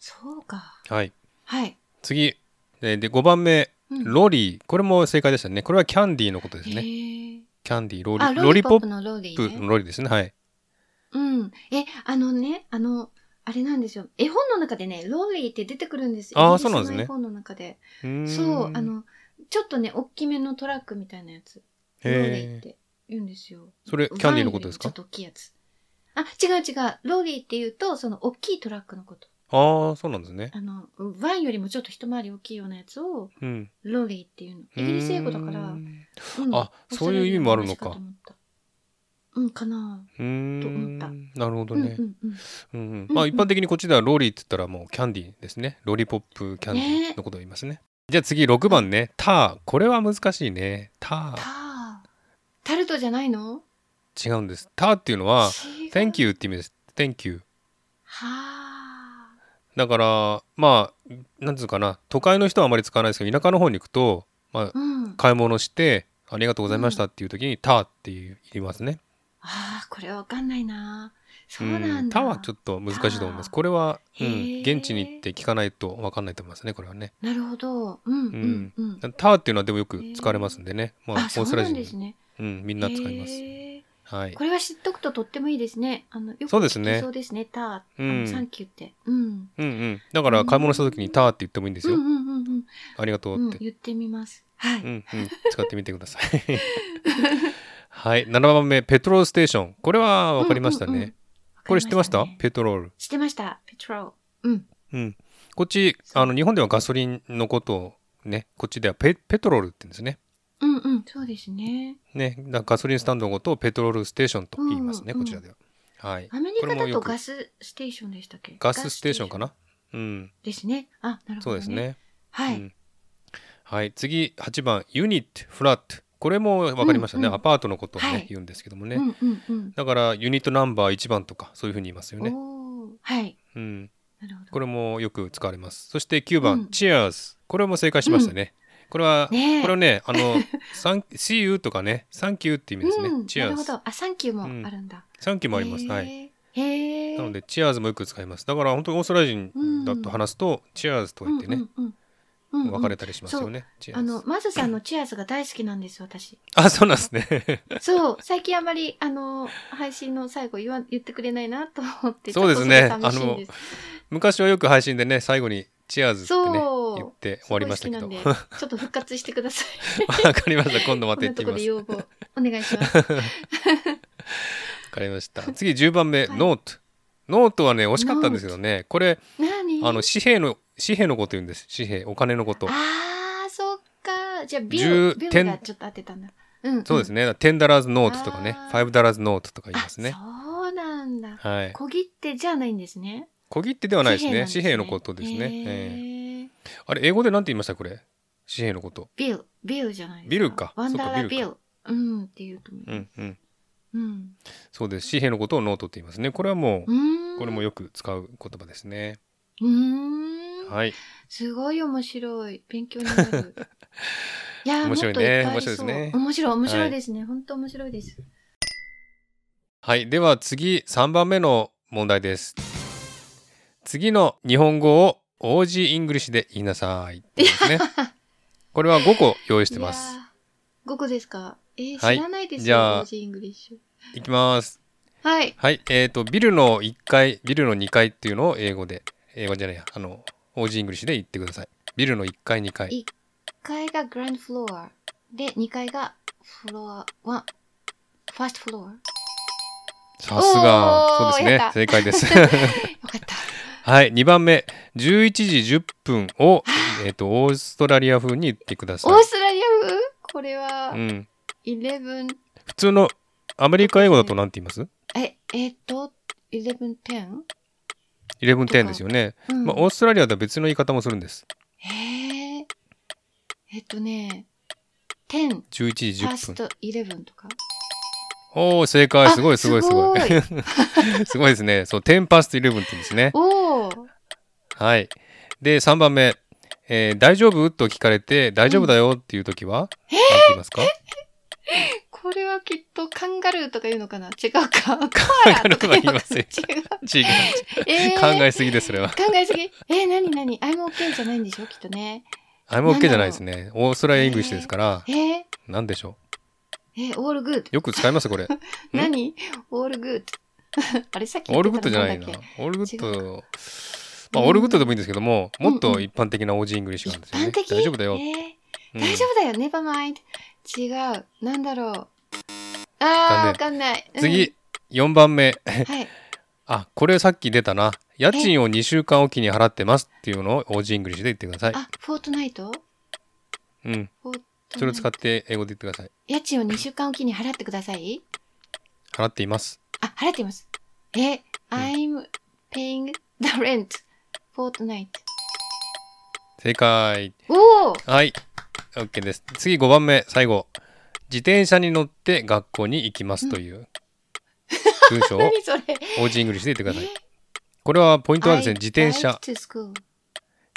[SPEAKER 2] そうか。
[SPEAKER 1] はい。
[SPEAKER 2] はい。
[SPEAKER 1] 次。えーで、5番目、
[SPEAKER 2] うん
[SPEAKER 1] ロリー。これも正解でしたね。これはキャンディーのことです
[SPEAKER 2] へ
[SPEAKER 1] ね。
[SPEAKER 2] ー
[SPEAKER 1] キャンディー、ロ
[SPEAKER 2] あ、
[SPEAKER 1] リ
[SPEAKER 2] ロリポップ
[SPEAKER 1] ロ
[SPEAKER 2] のロリ
[SPEAKER 1] リ
[SPEAKER 2] ー
[SPEAKER 1] ポ
[SPEAKER 2] ね
[SPEAKER 1] ップのロリですね。はい。
[SPEAKER 2] うん。え、あのね、あの、あれなんですよ。絵本の中でね、ローリーって出てくるんですよ。
[SPEAKER 1] あー
[SPEAKER 2] イギ
[SPEAKER 1] そ
[SPEAKER 2] リスの
[SPEAKER 1] うなんですね
[SPEAKER 2] 絵本の中で。
[SPEAKER 1] うーん
[SPEAKER 2] そう、あ、の、ちょっとね、大きめのトラックみたいなやつ。ローリ
[SPEAKER 1] へ
[SPEAKER 2] ー
[SPEAKER 1] ー
[SPEAKER 2] って言うんですよ。
[SPEAKER 1] それ、キャンディーのことですか
[SPEAKER 2] ワンよりもちょっと大きいやつ。あ、違う違う。ローリーって言うと、その大きいトラックのこと。
[SPEAKER 1] ああ、そうなんですね。
[SPEAKER 2] あの、ワインよりもちょっと一回り大きいようなやつを、
[SPEAKER 1] うん。
[SPEAKER 2] ローリーっていうの。イギリス英語だから、
[SPEAKER 1] うー
[SPEAKER 2] うんん
[SPEAKER 1] あそういう意味もあるのか
[SPEAKER 2] オーストラリアの話と思ったうん、かな。
[SPEAKER 1] うー
[SPEAKER 2] と思
[SPEAKER 1] ん
[SPEAKER 2] っ
[SPEAKER 1] な
[SPEAKER 2] た
[SPEAKER 1] るほど
[SPEAKER 2] うんう
[SPEAKER 1] ね。
[SPEAKER 2] んう
[SPEAKER 1] う
[SPEAKER 2] ん。
[SPEAKER 1] んうん
[SPEAKER 2] うん
[SPEAKER 1] まあ一般的にこっちではローリーって言ったらもうキャンディーですね。ロリポップキャンディーのことを言いますね。じゃあ次6番ね。ター。これは難しいね。タ
[SPEAKER 2] ター。タルトじゃないの
[SPEAKER 1] ー。違うんです。ターっていうのは、
[SPEAKER 2] 違う
[SPEAKER 1] Thank you って意味です。Thank you。
[SPEAKER 2] はあ。
[SPEAKER 1] だから、まあ、なんつうかな。都会の人はあまり使わないですけど、田舎の方に行くと、まあ、
[SPEAKER 2] うん。
[SPEAKER 1] 買い物して、ありがとうございましたっていう時に、ターって言いますね。
[SPEAKER 2] ああ、これはわかんないな。そううなん
[SPEAKER 1] ん。
[SPEAKER 2] だ。
[SPEAKER 1] ターはちょっと難しいと思います。
[SPEAKER 2] ター
[SPEAKER 1] これは、う
[SPEAKER 2] へ
[SPEAKER 1] ん、
[SPEAKER 2] ー
[SPEAKER 1] 現地に行って聞かないと分かんないと思いますね、これはね。
[SPEAKER 2] なるほど。うんうんうん。
[SPEAKER 1] ターっていうのはでもよく使われますんでね。まあ、オ
[SPEAKER 2] あ、
[SPEAKER 1] ー
[SPEAKER 2] そう
[SPEAKER 1] ストラ
[SPEAKER 2] な
[SPEAKER 1] リ
[SPEAKER 2] ん
[SPEAKER 1] ア
[SPEAKER 2] です
[SPEAKER 1] 人、
[SPEAKER 2] ね。
[SPEAKER 1] うん、みんな使います。
[SPEAKER 2] へー
[SPEAKER 1] はい
[SPEAKER 2] こ。れは知っとくととってもいいですね。あの、よく
[SPEAKER 1] そうですね
[SPEAKER 2] 聞きそうですね。ター、あの
[SPEAKER 1] うん
[SPEAKER 2] サンキューって。うん。
[SPEAKER 1] うんうん。だから買い物した時にターって言ってもいいんです
[SPEAKER 2] うん
[SPEAKER 1] よ。
[SPEAKER 2] うんうんうん
[SPEAKER 1] ありがと
[SPEAKER 2] う。
[SPEAKER 1] うんって。
[SPEAKER 2] 言ってみます。は
[SPEAKER 1] う
[SPEAKER 2] い。
[SPEAKER 1] んうん。使ってみてください。はい。7番目、ペトロールステーション。これはわかりましたね。
[SPEAKER 2] うんうんうん。
[SPEAKER 1] これ知ってました
[SPEAKER 2] わかりね
[SPEAKER 1] ペトロール。
[SPEAKER 2] 知ってました。ペトロール。うん。
[SPEAKER 1] うん。こっち、あの、日本ではガソリンのことをね、こっちではペペトロールって言うんですね。
[SPEAKER 2] うんうん。そうですね。
[SPEAKER 1] ね。だからガソリンスタンドのことをペトロールステーションと言いますね、
[SPEAKER 2] うんうん
[SPEAKER 1] こちらでは。はい。
[SPEAKER 2] アメリカ
[SPEAKER 1] これ
[SPEAKER 2] だ
[SPEAKER 1] もよ
[SPEAKER 2] と
[SPEAKER 1] く
[SPEAKER 2] ガスステーションでしたっけ
[SPEAKER 1] ガスステーションかな。うん。
[SPEAKER 2] ですね。あ、なるほ
[SPEAKER 1] そう
[SPEAKER 2] ど。
[SPEAKER 1] です。ね。
[SPEAKER 2] は
[SPEAKER 1] う
[SPEAKER 2] い。
[SPEAKER 1] んはい、次8番ユニットフラットこれも分かりましたね、
[SPEAKER 2] うんうん
[SPEAKER 1] アパートのことを、ね
[SPEAKER 2] はい
[SPEAKER 1] 言うんですけどもね、
[SPEAKER 2] うんうんうん。
[SPEAKER 1] だからユニットナンバー1番とかそういうふうに言いますよ
[SPEAKER 2] お
[SPEAKER 1] ね、
[SPEAKER 2] おー。はい。
[SPEAKER 1] うん、
[SPEAKER 2] なるほど。
[SPEAKER 1] これもよく使われますそして9番、
[SPEAKER 2] うん
[SPEAKER 1] チェアーズこれも正解しましたね、これは、
[SPEAKER 2] ねえ
[SPEAKER 1] これはねあの 「サンシーユー」とかね「サンキュー」って意味ですね、
[SPEAKER 2] うん、
[SPEAKER 1] チェアー
[SPEAKER 2] なるほ
[SPEAKER 1] ズ
[SPEAKER 2] ど。あ、サンキューもあるんだ。
[SPEAKER 1] サンキューもあります、
[SPEAKER 2] へー
[SPEAKER 1] はい、。
[SPEAKER 2] へえ。
[SPEAKER 1] なのでチェアーズもよく使いますだから本当にオーストラリア人だと話すと、チェアーズとか言ってね、
[SPEAKER 2] うんうんうん、うんうん
[SPEAKER 1] 別れたりしますよね、チェア
[SPEAKER 2] あ
[SPEAKER 1] ー
[SPEAKER 2] の
[SPEAKER 1] ズ、
[SPEAKER 2] マズさんのチェアーズが大好きなんです、私。
[SPEAKER 1] あそうなんですね
[SPEAKER 2] そう、最近あまり、あの、配信の最後言わ言ってくれないなと思って、
[SPEAKER 1] そうですね
[SPEAKER 2] ちょっと寂しいんです
[SPEAKER 1] 昔はよく配信でね最後に「チアーズ」ってね
[SPEAKER 2] そう
[SPEAKER 1] 言って終わりましたけ
[SPEAKER 2] す
[SPEAKER 1] ど
[SPEAKER 2] ごい好き
[SPEAKER 1] わ
[SPEAKER 2] な んでちょっと復活してください。
[SPEAKER 1] かりました今度ま
[SPEAKER 2] こん
[SPEAKER 1] た行
[SPEAKER 2] な
[SPEAKER 1] って
[SPEAKER 2] と
[SPEAKER 1] み
[SPEAKER 2] こ
[SPEAKER 1] ま
[SPEAKER 2] です
[SPEAKER 1] わ
[SPEAKER 2] 要望、お願いし ます。
[SPEAKER 1] かりました次10番目「
[SPEAKER 2] はい
[SPEAKER 1] ノート」ノートはね惜しかったんですけどねこれ
[SPEAKER 2] 何
[SPEAKER 1] あの紙幣の紙幣のこと言うんです紙幣お金のこと
[SPEAKER 2] あー、そっか。じゃあ、ビ
[SPEAKER 1] 十
[SPEAKER 2] ュー、ビューがちょっと当てたんだ。うん、
[SPEAKER 1] そうです
[SPEAKER 2] ね。
[SPEAKER 1] ね「10ダラーズノート」とかね「
[SPEAKER 2] あー
[SPEAKER 1] 5ダラーズノート」とか言い
[SPEAKER 2] あ、
[SPEAKER 1] ますね
[SPEAKER 2] そうなんだ。
[SPEAKER 1] はい
[SPEAKER 2] 小切手じゃないんですね。
[SPEAKER 1] 小切手ではないですね紙幣
[SPEAKER 2] な
[SPEAKER 1] の
[SPEAKER 2] ん
[SPEAKER 1] ことですねええ
[SPEAKER 2] へー
[SPEAKER 1] あれ英語で何て言いましたこれ紙幣のこと
[SPEAKER 2] ビル、ビルじゃないですか。
[SPEAKER 1] ビルか
[SPEAKER 2] ワンダー
[SPEAKER 1] そ
[SPEAKER 2] ラ
[SPEAKER 1] っか
[SPEAKER 2] ビ
[SPEAKER 1] ビル
[SPEAKER 2] ル。うんっていうと思
[SPEAKER 1] う
[SPEAKER 2] う。
[SPEAKER 1] んうん
[SPEAKER 2] うん。
[SPEAKER 1] そうです紙幣のことをノートって言いますねこれはも
[SPEAKER 2] うー。
[SPEAKER 1] うんこれもよく使う言葉ですね
[SPEAKER 2] うーん。
[SPEAKER 1] はい
[SPEAKER 2] すごい面白い。勉強にな る。いやー、
[SPEAKER 1] 面
[SPEAKER 2] もっ
[SPEAKER 1] 白い
[SPEAKER 2] と
[SPEAKER 1] ね
[SPEAKER 2] いっぱいあり
[SPEAKER 1] 面白い
[SPEAKER 2] そう
[SPEAKER 1] ですね
[SPEAKER 2] 面白い、面白
[SPEAKER 1] はい
[SPEAKER 2] いですね。本当面白いです。
[SPEAKER 1] はい。では次、3番目の問題です。次の日本語を OG イングリッシュで言いなさい。です ね。これは5個用意してま
[SPEAKER 2] い
[SPEAKER 1] す
[SPEAKER 2] や。ー。5個ですかえー、知
[SPEAKER 1] はい
[SPEAKER 2] らないですよ、
[SPEAKER 1] じゃあ
[SPEAKER 2] オージーイングリッシュ。
[SPEAKER 1] いきます。
[SPEAKER 2] はい。
[SPEAKER 1] はい。えっ、と、ビルの1階、ビルの2階っていうのを英語で、英語じゃないや、あの、OG イングリッシュで言ってください。ビルの1階、2階。
[SPEAKER 2] 1階がグランドフロア。で、2階がフロア、ワン、ファーストフロア。よ
[SPEAKER 1] さすが。
[SPEAKER 2] お
[SPEAKER 1] そ
[SPEAKER 2] ー
[SPEAKER 1] うです
[SPEAKER 2] や
[SPEAKER 1] ね。
[SPEAKER 2] った
[SPEAKER 1] 正解です。
[SPEAKER 2] かった。
[SPEAKER 1] はい。2番目。11時10分を、えっ、と、オーストラリア風に言ってください
[SPEAKER 2] オー。ストラリア風これは
[SPEAKER 1] う、ん、
[SPEAKER 2] 11、
[SPEAKER 1] 普通のアメリカ英語だと何て言います
[SPEAKER 2] え、えっと、1110?
[SPEAKER 1] 11点ですよね、
[SPEAKER 2] うん。
[SPEAKER 1] まあ、オーストラリアでは別の言い方もするんです
[SPEAKER 2] へえ。えっとね、10、
[SPEAKER 1] 11時
[SPEAKER 2] パース
[SPEAKER 1] 10分
[SPEAKER 2] ト11とか。
[SPEAKER 1] おお正解
[SPEAKER 2] あ
[SPEAKER 1] すごいすごいすごい
[SPEAKER 2] すご
[SPEAKER 1] すごいですねそう10パスと11って言うんですね
[SPEAKER 2] おー
[SPEAKER 1] はいで3番目、えー大丈夫?」と聞かれて「大丈夫だよ」っていう時は何て言いますか、
[SPEAKER 2] これはきっとカンガルーとか言うのかな違うか。カン
[SPEAKER 1] ンガルーは言いません
[SPEAKER 2] 違う。
[SPEAKER 1] 違う
[SPEAKER 2] えー、
[SPEAKER 1] 考えすぎですそれは
[SPEAKER 2] 考えすぎ。えー、なになに ?I'm OK じゃないんでしょきっとね。
[SPEAKER 1] I'm OK じゃないですねオーストラリア・イングリッシュですから
[SPEAKER 2] えー、
[SPEAKER 1] 何でしょ
[SPEAKER 2] えー、all good。
[SPEAKER 1] うよく使いますこれ
[SPEAKER 2] 何 ?all good。あれさっき
[SPEAKER 1] オ
[SPEAKER 2] 言
[SPEAKER 1] ー
[SPEAKER 2] っ
[SPEAKER 1] ルグ
[SPEAKER 2] て
[SPEAKER 1] ッド
[SPEAKER 2] た
[SPEAKER 1] じ
[SPEAKER 2] の
[SPEAKER 1] ゃな
[SPEAKER 2] な
[SPEAKER 1] んい
[SPEAKER 2] だ
[SPEAKER 1] な
[SPEAKER 2] っけ。
[SPEAKER 1] オールグッ
[SPEAKER 2] 違
[SPEAKER 1] ドまあオールグッドでもいいんですけどももっと一般的なオージーイングリッシュなんですよね
[SPEAKER 2] 一般的
[SPEAKER 1] 大丈夫だよ、
[SPEAKER 2] えー
[SPEAKER 1] うん
[SPEAKER 2] 大丈夫だよ、ネバマイン違う、なんだろう。あー、わかんない。うん
[SPEAKER 1] 次、4番目
[SPEAKER 2] はい。
[SPEAKER 1] あこれさっき出たな家賃を2週間おきに払ってますっていうのをオージーイングリッシュで言ってください
[SPEAKER 2] あ、フォートナイト
[SPEAKER 1] うん
[SPEAKER 2] フォートナイト
[SPEAKER 1] それを使って英語で言ってください
[SPEAKER 2] 家賃を2週間おきに払ってください。
[SPEAKER 1] 払っています
[SPEAKER 2] あ、払っています。え、I'm paying the rent fortnight.
[SPEAKER 1] 正解
[SPEAKER 2] おお
[SPEAKER 1] はい OK です次5番目最後自転車に乗って学校に行きますという文章を
[SPEAKER 2] 何それ
[SPEAKER 1] オージーイングリッシュで 言ってくださいこれはポイントはですね
[SPEAKER 2] I
[SPEAKER 1] 自転
[SPEAKER 2] bike
[SPEAKER 1] 車
[SPEAKER 2] to school.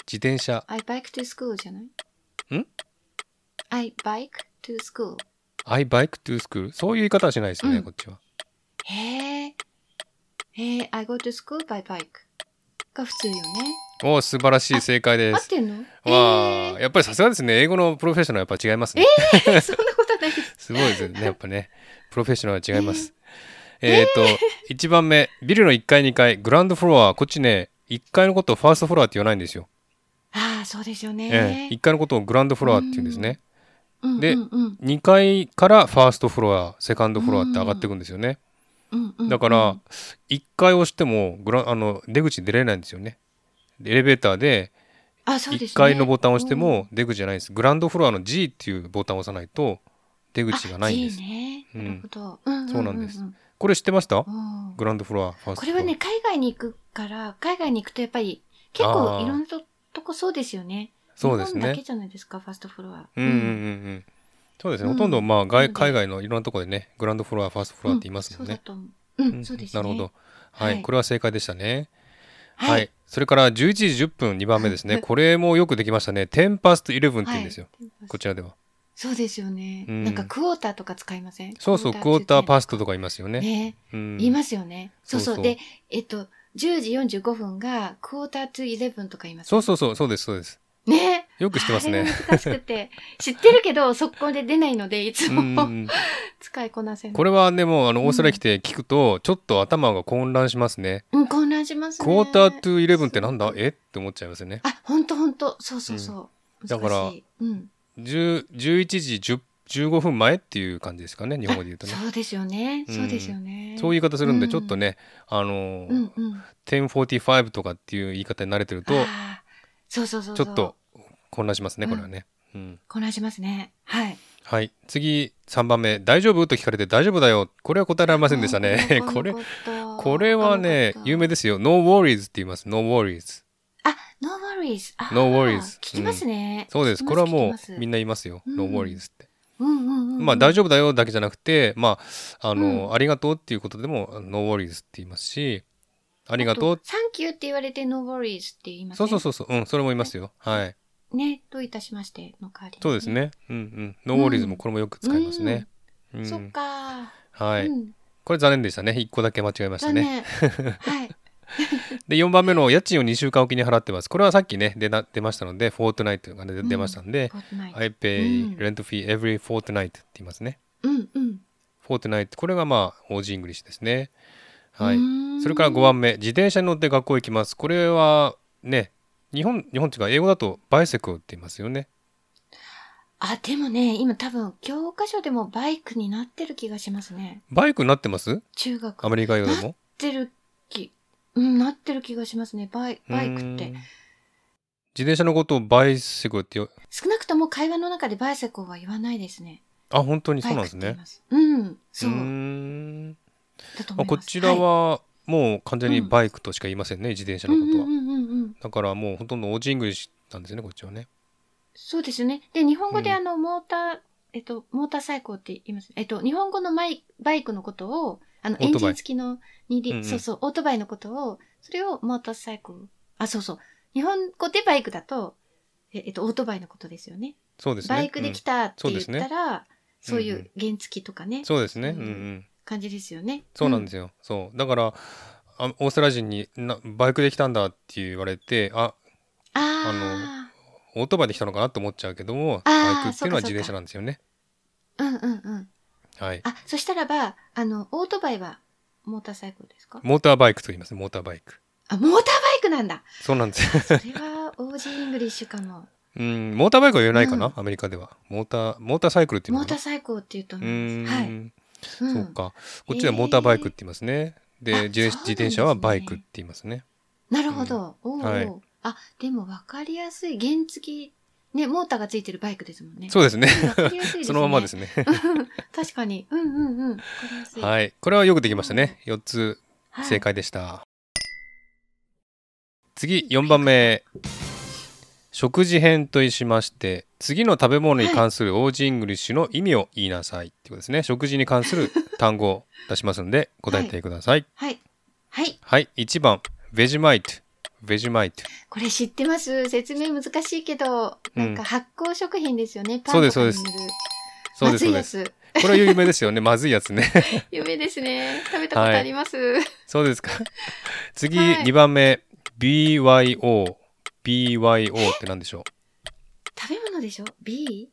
[SPEAKER 1] 自転車
[SPEAKER 2] I bike to school じゃない
[SPEAKER 1] ん
[SPEAKER 2] ?I bike to school.
[SPEAKER 1] I bike to school そういう言い方はしないですよね、
[SPEAKER 2] うん
[SPEAKER 1] こっちは
[SPEAKER 2] へえ。へえ、I go to school by bike. が普通よね。
[SPEAKER 1] おー素晴らしい正解で
[SPEAKER 2] 合っ
[SPEAKER 1] す
[SPEAKER 2] てんの
[SPEAKER 1] わあ、
[SPEAKER 2] え
[SPEAKER 1] やっぱりさすがですね英語のプロフェッショナルはやっぱ違いますね、
[SPEAKER 2] ーそんなことないです。
[SPEAKER 1] すごいですねやっぱねプロフェッショナルは違います、えっ、と、1番目ビルの1階2階グランドフロアこっちね1階のことをファーストフロアって言わないんですよ、
[SPEAKER 2] ああ、そうですよね。
[SPEAKER 1] ええ1階のことをグランドフロアって言うんですね、
[SPEAKER 2] うん
[SPEAKER 1] で
[SPEAKER 2] うんうん
[SPEAKER 1] 2階からファーストフロアセカンドフロアって上がっていくんですよね、
[SPEAKER 2] うんうん
[SPEAKER 1] だから、1階をしてもグラあの出口出れないんですよねエレベーターで
[SPEAKER 2] あそうですね
[SPEAKER 1] 1階のボタンを押しても出口じゃないです。グランドフロアの G っていうボタンを押さないと出口がないんです
[SPEAKER 2] あ。いね。
[SPEAKER 1] うん
[SPEAKER 2] なるほど。うんうんうん
[SPEAKER 1] そうなんです
[SPEAKER 2] うん
[SPEAKER 1] これ知ってました
[SPEAKER 2] おー
[SPEAKER 1] グランドフロア、ファースト
[SPEAKER 2] こ
[SPEAKER 1] フ
[SPEAKER 2] れ
[SPEAKER 1] ロア
[SPEAKER 2] はね、海外に行くから、海外に行くとやっぱり、結
[SPEAKER 1] あ
[SPEAKER 2] 構
[SPEAKER 1] ー
[SPEAKER 2] いろんなととこそうですよね。
[SPEAKER 1] そうです
[SPEAKER 2] 日本だけ
[SPEAKER 1] ね。
[SPEAKER 2] じゃないですか、ファーストフロア。
[SPEAKER 1] うんうんうんうん。そうですね。
[SPEAKER 2] うん
[SPEAKER 1] ほとんどまあ外
[SPEAKER 2] そうです
[SPEAKER 1] 海外のいろんなところでね、グランドフロア、ファーストフロアって言いますもん
[SPEAKER 2] そうだ
[SPEAKER 1] ね。
[SPEAKER 2] と思う。うん、そうですね。
[SPEAKER 1] なるほど。は。
[SPEAKER 2] はいい
[SPEAKER 1] これは正解でしたね。
[SPEAKER 2] は
[SPEAKER 1] はいい。。それから11時10分2番目 ですね。
[SPEAKER 2] はい
[SPEAKER 1] これもよくできましたね。10パスと11って言うんですよ。
[SPEAKER 2] はい
[SPEAKER 1] こちらでは。
[SPEAKER 2] そうですよね。
[SPEAKER 1] うん
[SPEAKER 2] なんかクォーターとか使いません
[SPEAKER 1] そうそう、クォーター
[SPEAKER 2] ー
[SPEAKER 1] パストとか言いますよね。
[SPEAKER 2] ね。
[SPEAKER 1] うん
[SPEAKER 2] 言いますよね。そうそう
[SPEAKER 1] そうそう
[SPEAKER 2] で、えっと、10時45分がクォータートゥイレブンとか言います。
[SPEAKER 1] そうそうそう、そうです、そうです。
[SPEAKER 2] ね。
[SPEAKER 1] よく知ってます
[SPEAKER 2] あれ
[SPEAKER 1] ね。
[SPEAKER 2] が難しくて。 知ってるけど、速攻で出ないので、いつ
[SPEAKER 1] う
[SPEAKER 2] も
[SPEAKER 1] ん。
[SPEAKER 2] 使いこなせな い。
[SPEAKER 1] これはねもうあの
[SPEAKER 2] うん
[SPEAKER 1] オーストラリア来て聞くとちょっと頭が混乱しますね。
[SPEAKER 2] うん、混乱しますね。
[SPEAKER 1] クォータートゥイレブンってなんだえって思っちゃいますよね。
[SPEAKER 2] あ、ほんとほんと。そうそうそう。
[SPEAKER 1] だから
[SPEAKER 2] 難しいうん。
[SPEAKER 1] 10 11時10 15分前っていう感じですかね日本語で言うとね。
[SPEAKER 2] そうですよね。
[SPEAKER 1] うん
[SPEAKER 2] そうですよね。
[SPEAKER 1] そう
[SPEAKER 2] い
[SPEAKER 1] いう言い方するんで
[SPEAKER 2] うん
[SPEAKER 1] ちょっとね、あのー、
[SPEAKER 2] うんうん。
[SPEAKER 1] 1045とかっていう言い方に慣れてると
[SPEAKER 2] あーそうそうそう
[SPEAKER 1] ちょ
[SPEAKER 2] そう。
[SPEAKER 1] っと混乱しますねこれはね。うん
[SPEAKER 2] 混乱しますね。はい。
[SPEAKER 1] はい次3番目「大丈夫?」と聞かれて「大丈夫だよ」これは答えられませんでしたね。 これこれはね有名
[SPEAKER 2] で。
[SPEAKER 1] ですよ「No worries」って言います「No worries」。
[SPEAKER 2] あ、no worries あー。
[SPEAKER 1] No worries
[SPEAKER 2] 聞きますね。
[SPEAKER 1] そうです。これはもうみ
[SPEAKER 2] ん
[SPEAKER 1] んな言いますよ。
[SPEAKER 2] うん
[SPEAKER 1] No worries って。
[SPEAKER 2] な。うんうんうん。
[SPEAKER 1] まあ大丈
[SPEAKER 2] 丈
[SPEAKER 1] 夫だよだけじゃなくて、まあ、あの、ありがとうっていうことでも、No worries って言いますし、ありがとう。
[SPEAKER 2] サンキューって言われて no worries って言います
[SPEAKER 1] そうそうそうそう、うん、それも言いますよ。はい。
[SPEAKER 2] う。ね、どういたしましての代わり。
[SPEAKER 1] そうです。ね。うんうん。No worries もこれもよく使いますね。うん
[SPEAKER 2] そっか。
[SPEAKER 1] はい、
[SPEAKER 2] うん。
[SPEAKER 1] これ残念でしたね。1個だけ間違えました
[SPEAKER 2] 残
[SPEAKER 1] ね。
[SPEAKER 2] 念。 はい。
[SPEAKER 1] で、4番目の家賃を2週間おきに払ってます。これはさっきね、出な出ましたので、フォートナイトがね出
[SPEAKER 2] うん
[SPEAKER 1] 出ましたんで、
[SPEAKER 2] Fortnite
[SPEAKER 1] I
[SPEAKER 2] う
[SPEAKER 1] pay
[SPEAKER 2] ん
[SPEAKER 1] rent fee every fortnight って言いますね。
[SPEAKER 2] うんうん。。
[SPEAKER 1] フォートナイト。これがまあ、OG イングリッシュですね。はいう
[SPEAKER 2] ーん
[SPEAKER 1] それから5。番目、自転車に乗って学校行きます。これはね、日本、日本っていうか、英語だとバイセクルって言いますよね。
[SPEAKER 2] あ、でもね、今多分教科書でもバイクになってる気がしますね。
[SPEAKER 1] バイクになってます
[SPEAKER 2] 中学。
[SPEAKER 1] ア
[SPEAKER 2] なっ
[SPEAKER 1] メリカ英語でも。
[SPEAKER 2] てる気、うん、なってる気がしますね。バイ、バイク
[SPEAKER 1] う
[SPEAKER 2] って
[SPEAKER 1] ん。。自転車のことをバイセクルってよ
[SPEAKER 2] 少なくとも会話の中でバイセコーは言わないですね。
[SPEAKER 1] あ本当にそう
[SPEAKER 2] バイ
[SPEAKER 1] なん
[SPEAKER 2] ク
[SPEAKER 1] で
[SPEAKER 2] って
[SPEAKER 1] す
[SPEAKER 2] 言い
[SPEAKER 1] ね
[SPEAKER 2] ます。うん、そう
[SPEAKER 1] ー
[SPEAKER 2] う。
[SPEAKER 1] ん
[SPEAKER 2] だと思
[SPEAKER 1] あ
[SPEAKER 2] います。
[SPEAKER 1] こちら
[SPEAKER 2] い
[SPEAKER 1] はもう完全にバイクとしか言いませんね、自転車のことは、
[SPEAKER 2] うんうんうんうんうん、
[SPEAKER 1] だからもうほとんどオージングリッシュなんですよねこっちはね
[SPEAKER 2] そうですよね。で、日本語で
[SPEAKER 1] うん
[SPEAKER 2] あの、モーター、えっと、モーターサイクルって言います。えっと、日本語のマイバイクのことを、あの、
[SPEAKER 1] オ
[SPEAKER 2] エ
[SPEAKER 1] ー
[SPEAKER 2] ン
[SPEAKER 1] ト
[SPEAKER 2] ジ
[SPEAKER 1] バイ
[SPEAKER 2] ン付きの二輪、
[SPEAKER 1] うんうん
[SPEAKER 2] そうそう、オートバイのことを、それをモーターサイクル。あ、そうそう。日本語でバイクだと、ええっと、オートバイのことですよね。
[SPEAKER 1] そうですね
[SPEAKER 2] バイクで来たって
[SPEAKER 1] そう
[SPEAKER 2] 言
[SPEAKER 1] で
[SPEAKER 2] っ
[SPEAKER 1] すね
[SPEAKER 2] たら、そうい
[SPEAKER 1] んう
[SPEAKER 2] うん原付とかね、
[SPEAKER 1] そうですね
[SPEAKER 2] う
[SPEAKER 1] うんんうん
[SPEAKER 2] 感じですよね。。
[SPEAKER 1] そうなんですすよ、そうだからあオーストラリア人になバイクで来たんだって言われてあ
[SPEAKER 2] あ
[SPEAKER 1] オートバイで来たのかなと思っちゃうけども
[SPEAKER 2] あー
[SPEAKER 1] バイクっていうのは
[SPEAKER 2] そうかそうか
[SPEAKER 1] 自転車なんですよね
[SPEAKER 2] あ、うんうんうん。
[SPEAKER 1] はい
[SPEAKER 2] あ、そしたらば、あの、オートバイはモーターサイクルですか
[SPEAKER 1] モーターバイクと言いますねモーターバイク
[SPEAKER 2] あ、モーターバイクなん だ
[SPEAKER 1] そうなんですよ
[SPEAKER 2] それはオージーイングリッシュかも。
[SPEAKER 1] うん、モーターバイクは言えないかな、
[SPEAKER 2] うん
[SPEAKER 1] アメリカでは。モーター、モーターサイクルって言う
[SPEAKER 2] モ
[SPEAKER 1] の
[SPEAKER 2] ー
[SPEAKER 1] か
[SPEAKER 2] ター
[SPEAKER 1] な
[SPEAKER 2] サイクルって言うと
[SPEAKER 1] う
[SPEAKER 2] 思い
[SPEAKER 1] ーん、
[SPEAKER 2] ます。はい。ん
[SPEAKER 1] そうか。こっちではモーターバイクって言いますね。
[SPEAKER 2] あそう
[SPEAKER 1] で
[SPEAKER 2] なん
[SPEAKER 1] 自
[SPEAKER 2] ですね
[SPEAKER 1] 自転車はバイクって言いますね。
[SPEAKER 2] なるほど。おー
[SPEAKER 1] はい
[SPEAKER 2] あ、でも分かりやすい。原付き、ね、モーターがついてるバイクですもんね。
[SPEAKER 1] そうですね。
[SPEAKER 2] 分かりやすいですね。
[SPEAKER 1] そのままですね。
[SPEAKER 2] うん。 確かに。うんうんうん。分かりやすい。
[SPEAKER 1] はい。これはよくできましたね。4つ
[SPEAKER 2] はい
[SPEAKER 1] 正解でした。次、4番目。食事編としまして、次の食べ物に関するオージーイングリッシュの意味を言いなさいってことですね。食事に関す る単語を出しますので、答えてください。
[SPEAKER 2] はい。はい。
[SPEAKER 1] はい、1番、ベジマイト。ベジマイト。
[SPEAKER 2] これ知ってます。説明難しいけど、
[SPEAKER 1] うん
[SPEAKER 2] なんか発酵食品ですよね。パンと
[SPEAKER 1] そう
[SPEAKER 2] か
[SPEAKER 1] で
[SPEAKER 2] に
[SPEAKER 1] す
[SPEAKER 2] 塗
[SPEAKER 1] そ
[SPEAKER 2] る。
[SPEAKER 1] そうです、そう
[SPEAKER 2] ま
[SPEAKER 1] で
[SPEAKER 2] ず
[SPEAKER 1] す。
[SPEAKER 2] いやつ。
[SPEAKER 1] これは有名ですよね。まずいやつ ね。
[SPEAKER 2] 夢ですね。食べたことあります。
[SPEAKER 1] そうですか。次、
[SPEAKER 2] はい
[SPEAKER 1] 2番目、BYO。BYO って何でしょう
[SPEAKER 2] 食べ物でしょ ?B?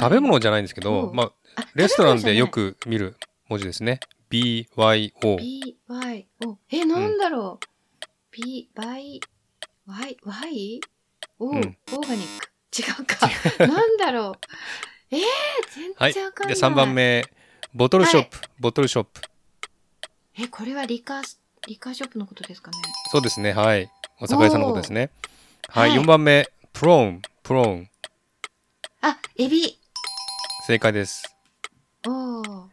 [SPEAKER 1] 食べ物じゃないんですけ
[SPEAKER 2] お
[SPEAKER 1] ど、まあ、
[SPEAKER 2] あ
[SPEAKER 1] レストラン
[SPEAKER 2] 食
[SPEAKER 1] で
[SPEAKER 2] べ物じゃない
[SPEAKER 1] よく見る文字ですね。BYO。
[SPEAKER 2] B, Y, O。え、なんだろう、?B, Y, Y, Y? O、
[SPEAKER 1] うん
[SPEAKER 2] オーガニック。違うか。なんだろうえー、
[SPEAKER 1] は
[SPEAKER 2] 全
[SPEAKER 1] い。じ
[SPEAKER 2] 然
[SPEAKER 1] ゃ
[SPEAKER 2] わかんない。
[SPEAKER 1] 3番。目、ボトルショップ。ボトルショップ。
[SPEAKER 2] え、これはリカ、リカショップのことですかね。
[SPEAKER 1] そうですね。はい。お酒屋さんのことですね。はい、
[SPEAKER 2] はい
[SPEAKER 1] 4番目、プローン。プローン。
[SPEAKER 2] あ、エビ。
[SPEAKER 1] 正解です。
[SPEAKER 2] おー。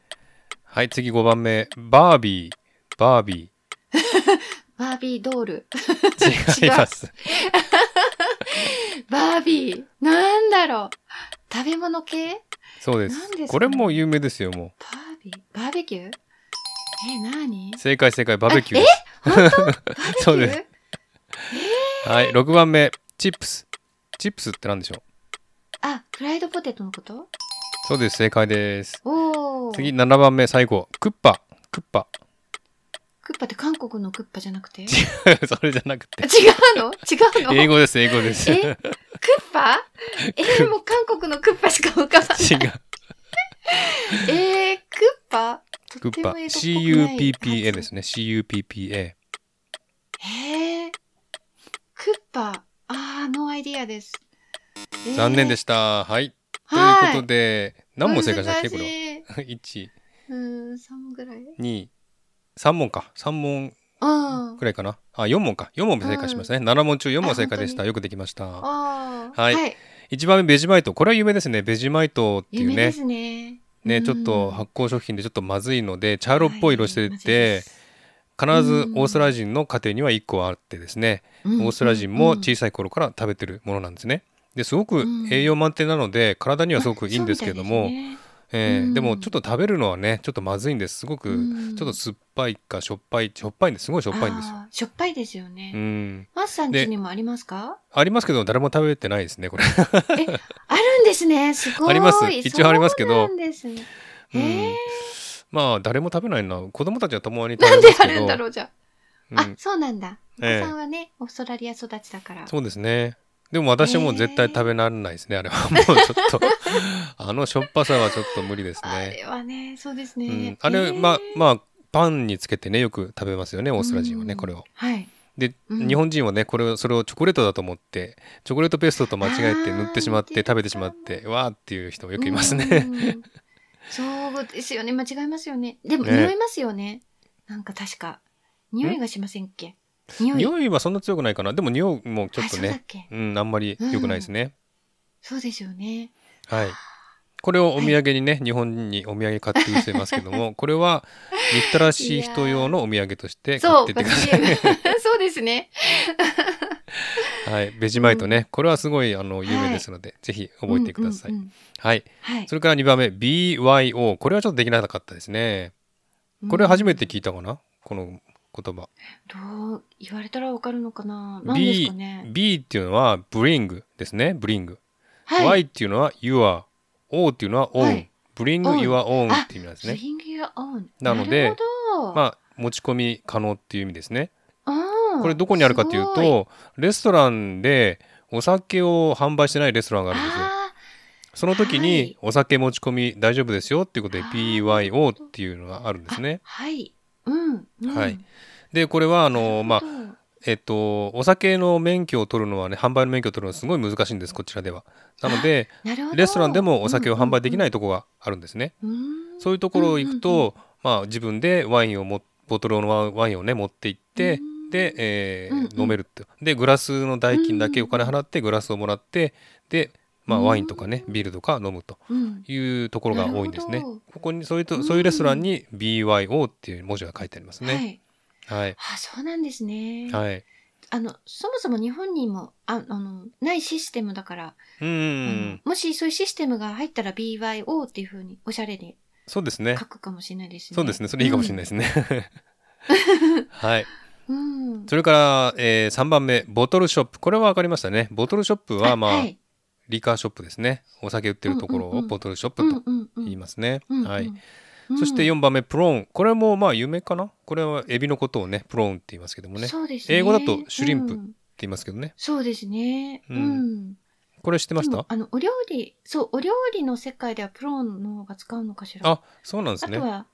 [SPEAKER 1] はい、次5番目、バービー。バービー。
[SPEAKER 2] バービードール。
[SPEAKER 1] 違います。
[SPEAKER 2] バービー。なんだろう食べ物系
[SPEAKER 1] そうです
[SPEAKER 2] 何ですかね
[SPEAKER 1] これも有名ですよ、も
[SPEAKER 2] バービーバーベキューえ、なに
[SPEAKER 1] う。正解正解、バーベキューで
[SPEAKER 2] バーベキュー
[SPEAKER 1] そうですす。はい、6番目、チップス。チップスって何でしょう
[SPEAKER 2] あ、フライドポテトのこと
[SPEAKER 1] そうです、正解です。
[SPEAKER 2] おー。
[SPEAKER 1] 次、7番目、最後、クッパ。クッパ。
[SPEAKER 2] クッパって韓国のクッパじゃなくて 違
[SPEAKER 1] それじゃなくて。
[SPEAKER 2] うの違うの
[SPEAKER 1] 英語です、英語です。違
[SPEAKER 2] え
[SPEAKER 1] う。
[SPEAKER 2] クッパえー、もう韓国のクッパしか浮か ばない。えー、クッパ
[SPEAKER 1] ク
[SPEAKER 2] とって
[SPEAKER 1] ッ
[SPEAKER 2] も
[SPEAKER 1] パ。
[SPEAKER 2] 英語っぽくな
[SPEAKER 1] CUPPA
[SPEAKER 2] い
[SPEAKER 1] ですね。CUPPA。
[SPEAKER 2] えー、クッパ。あー、ノーアイディアです。
[SPEAKER 1] 残念で
[SPEAKER 2] し
[SPEAKER 1] した。はい。
[SPEAKER 2] た
[SPEAKER 1] ということで、何問正解したっけこれは。
[SPEAKER 2] れ
[SPEAKER 1] 1、
[SPEAKER 2] うーん、3ぐらい。
[SPEAKER 1] 2、3問か。3問
[SPEAKER 2] うん。
[SPEAKER 1] くらいかな。あ、4問か。4問も正解しましたね。7問中4問正解でし
[SPEAKER 2] あ本当
[SPEAKER 1] た。よくできました。
[SPEAKER 2] あー
[SPEAKER 1] はい1番目、ベジマイト。これは有名ですね。ベジマイトってい
[SPEAKER 2] 有
[SPEAKER 1] う
[SPEAKER 2] 名で
[SPEAKER 1] ね。
[SPEAKER 2] すね。
[SPEAKER 1] ね、
[SPEAKER 2] うん
[SPEAKER 1] ちょっと発酵食品でちょっとまずいので、茶色っぽい色して
[SPEAKER 2] はい
[SPEAKER 1] て、必ず
[SPEAKER 2] うん
[SPEAKER 1] オーストラリア人の家庭には1個あってですね、オーストラリア人も小さい頃から食べてるものなんですね。ですごく
[SPEAKER 2] うん
[SPEAKER 1] 栄養満点なので、体にはすごくいいんですけども、えー
[SPEAKER 2] うん
[SPEAKER 1] でもちょっと食べるのはね、ちょっとまずいんです。すご
[SPEAKER 2] う
[SPEAKER 1] く、
[SPEAKER 2] ん
[SPEAKER 1] ちょっと酸っぱいかしょっぱい、しょっぱいんです。すごいしょっぱいんですよ。
[SPEAKER 2] あーしょっぱいですよね。
[SPEAKER 1] うん。
[SPEAKER 2] マスさん
[SPEAKER 1] で
[SPEAKER 2] 家にもありますか
[SPEAKER 1] ありますけど、誰も食べてないですね、 これ。
[SPEAKER 2] あるんですね。すごい。
[SPEAKER 1] あります一応ありますけど
[SPEAKER 2] そうなんですね。
[SPEAKER 1] うん
[SPEAKER 2] えー、
[SPEAKER 1] まあ誰も食べないのは子供たちはたまに食べ
[SPEAKER 2] な
[SPEAKER 1] ま
[SPEAKER 2] んですあ
[SPEAKER 1] け
[SPEAKER 2] るん
[SPEAKER 1] ど
[SPEAKER 2] だろうじゃ
[SPEAKER 1] う
[SPEAKER 2] あ。あ
[SPEAKER 1] ん、
[SPEAKER 2] そうなんだ。お
[SPEAKER 1] ええ
[SPEAKER 2] 子さんはね、オーストラリア育ちだから。
[SPEAKER 1] そうですねでも私はもう絶対食べられないですね、あれ はもうちょっとあのしょっぱさはちょっと無理です
[SPEAKER 2] あ
[SPEAKER 1] ね
[SPEAKER 2] れはね、そうです
[SPEAKER 1] あ,、うん
[SPEAKER 2] ね。、
[SPEAKER 1] あれ、
[SPEAKER 2] えー
[SPEAKER 1] まあまあパンにつけてねよく食べますよねオーストラリア人はね、
[SPEAKER 2] うん
[SPEAKER 1] これを
[SPEAKER 2] はい。
[SPEAKER 1] で、
[SPEAKER 2] うん
[SPEAKER 1] 日本人はねこれをそれをチョコレートだと思ってチョコレートペーストと間違えて
[SPEAKER 2] あー
[SPEAKER 1] 塗ってしまって
[SPEAKER 2] 言ってた
[SPEAKER 1] 食べてしまってわーっていう人もよくいますね、
[SPEAKER 2] うん。そうですよね。間違いますよね。でも、
[SPEAKER 1] ね
[SPEAKER 2] 匂いますよね。なんか確か。匂いがしませんっけ匂い。
[SPEAKER 1] 匂いはそんな強くないかなでも匂いもちょっと
[SPEAKER 2] あそうだ
[SPEAKER 1] ね
[SPEAKER 2] っけ
[SPEAKER 1] うんあんまり良くないですね、
[SPEAKER 2] そうですよね。
[SPEAKER 1] はいこれをお土産にね、日本にお土産買ってみせますけど もこれは憎たらしい人用のお土産として買
[SPEAKER 2] そ
[SPEAKER 1] っ
[SPEAKER 2] う、
[SPEAKER 1] てってくだ
[SPEAKER 2] 私、
[SPEAKER 1] さい
[SPEAKER 2] そう ですね。
[SPEAKER 1] はいベジマイトねこれはすごいあの有名ですので、ぜひ覚えてください、
[SPEAKER 2] うんうんうん
[SPEAKER 1] はい
[SPEAKER 2] はい。
[SPEAKER 1] それから2番目 BYO これはちょっとできなかったですねこれ初めて聞いたかな、この言葉
[SPEAKER 2] うん。どう言われたらわかるのかな。何です
[SPEAKER 1] B,
[SPEAKER 2] かね。
[SPEAKER 1] B っていうのは bring ですね bring、
[SPEAKER 2] は
[SPEAKER 1] Y
[SPEAKER 2] い。
[SPEAKER 1] っていうのは your O っていうのは own、
[SPEAKER 2] はい
[SPEAKER 1] bring
[SPEAKER 2] own
[SPEAKER 1] your own
[SPEAKER 2] あ
[SPEAKER 1] っていう意味なんですね
[SPEAKER 2] Bring your own。
[SPEAKER 1] なので
[SPEAKER 2] るほど。
[SPEAKER 1] まあ持ち込み可能っていう意味ですね
[SPEAKER 2] あー
[SPEAKER 1] これどこにあるかという
[SPEAKER 2] すごい
[SPEAKER 1] とレストランでお酒を販売してないレストランがあるんですよ
[SPEAKER 2] あ
[SPEAKER 1] その時
[SPEAKER 2] は
[SPEAKER 1] に
[SPEAKER 2] い
[SPEAKER 1] お酒持ち込み大丈夫ですよっていうことで
[SPEAKER 2] あー
[SPEAKER 1] BYO っていうのがあるん
[SPEAKER 2] ー
[SPEAKER 1] ですね
[SPEAKER 2] あはい。うん。うん
[SPEAKER 1] はい。でこれはあのまあ
[SPEAKER 2] なるほど
[SPEAKER 1] えっと、お酒の免許を取るのはね販売の免許を取るのはすごい難しいんですこちらではなので
[SPEAKER 2] なるほど
[SPEAKER 1] レストランでもお酒を販売できないとこがあるんですね、
[SPEAKER 2] うんうんうん
[SPEAKER 1] そういうところ行くと、まあ、自分でワインをもボトルのワインをね持って行って、
[SPEAKER 2] うん
[SPEAKER 1] で、えー
[SPEAKER 2] うんうん
[SPEAKER 1] 飲めるってでグラスの代金だけお金払ってグラスをもらってで、まあ、
[SPEAKER 2] うん
[SPEAKER 1] ワインとかねビールとか飲むと
[SPEAKER 2] うんうん
[SPEAKER 1] いうところが多いんです
[SPEAKER 2] な
[SPEAKER 1] ね
[SPEAKER 2] るほど
[SPEAKER 1] ここにそういうとそういうレストランに BYO っていう文字が書いてあります
[SPEAKER 2] は
[SPEAKER 1] ね
[SPEAKER 2] い。
[SPEAKER 1] はい
[SPEAKER 2] あ、そうなんですね。
[SPEAKER 1] はい
[SPEAKER 2] あの、そもそも日本にも、ああの、ないシステムだから、
[SPEAKER 1] う
[SPEAKER 2] あの
[SPEAKER 1] ん
[SPEAKER 2] もしそういうシステムが入ったら BYO っていうふうにおしゃれに
[SPEAKER 1] そうですね
[SPEAKER 2] 書くかもしれないですね。
[SPEAKER 1] そうですね。それいいかもしれないですね。 はい。
[SPEAKER 2] うん。うん。
[SPEAKER 1] それから、え3番目、ボトルショップ。これは分かりましたね。ボトルショップは、まあ、
[SPEAKER 2] はい、
[SPEAKER 1] リカーショップですね。お酒売ってるところ
[SPEAKER 2] うんうん
[SPEAKER 1] を
[SPEAKER 2] うん
[SPEAKER 1] ボトルショッ
[SPEAKER 2] うんう
[SPEAKER 1] プと
[SPEAKER 2] んうん。
[SPEAKER 1] 言いますね。
[SPEAKER 2] うんうん
[SPEAKER 1] はい。
[SPEAKER 2] うん
[SPEAKER 1] そして4番目、プローン。これも、まあ、有名かな。これは、エビのことをね、プローンって言いますけどもね。って
[SPEAKER 2] そうですね
[SPEAKER 1] 英語だとシュリンプ
[SPEAKER 2] うん
[SPEAKER 1] 言いますけどね。
[SPEAKER 2] そうですね。
[SPEAKER 1] う
[SPEAKER 2] うんん。
[SPEAKER 1] これ知ってまし
[SPEAKER 2] でも
[SPEAKER 1] た
[SPEAKER 2] あの、お料理、そう、お料理の世界ではプロンの方が使うのかしら。
[SPEAKER 1] あ、そうなんです
[SPEAKER 2] あと
[SPEAKER 1] ね。
[SPEAKER 2] は、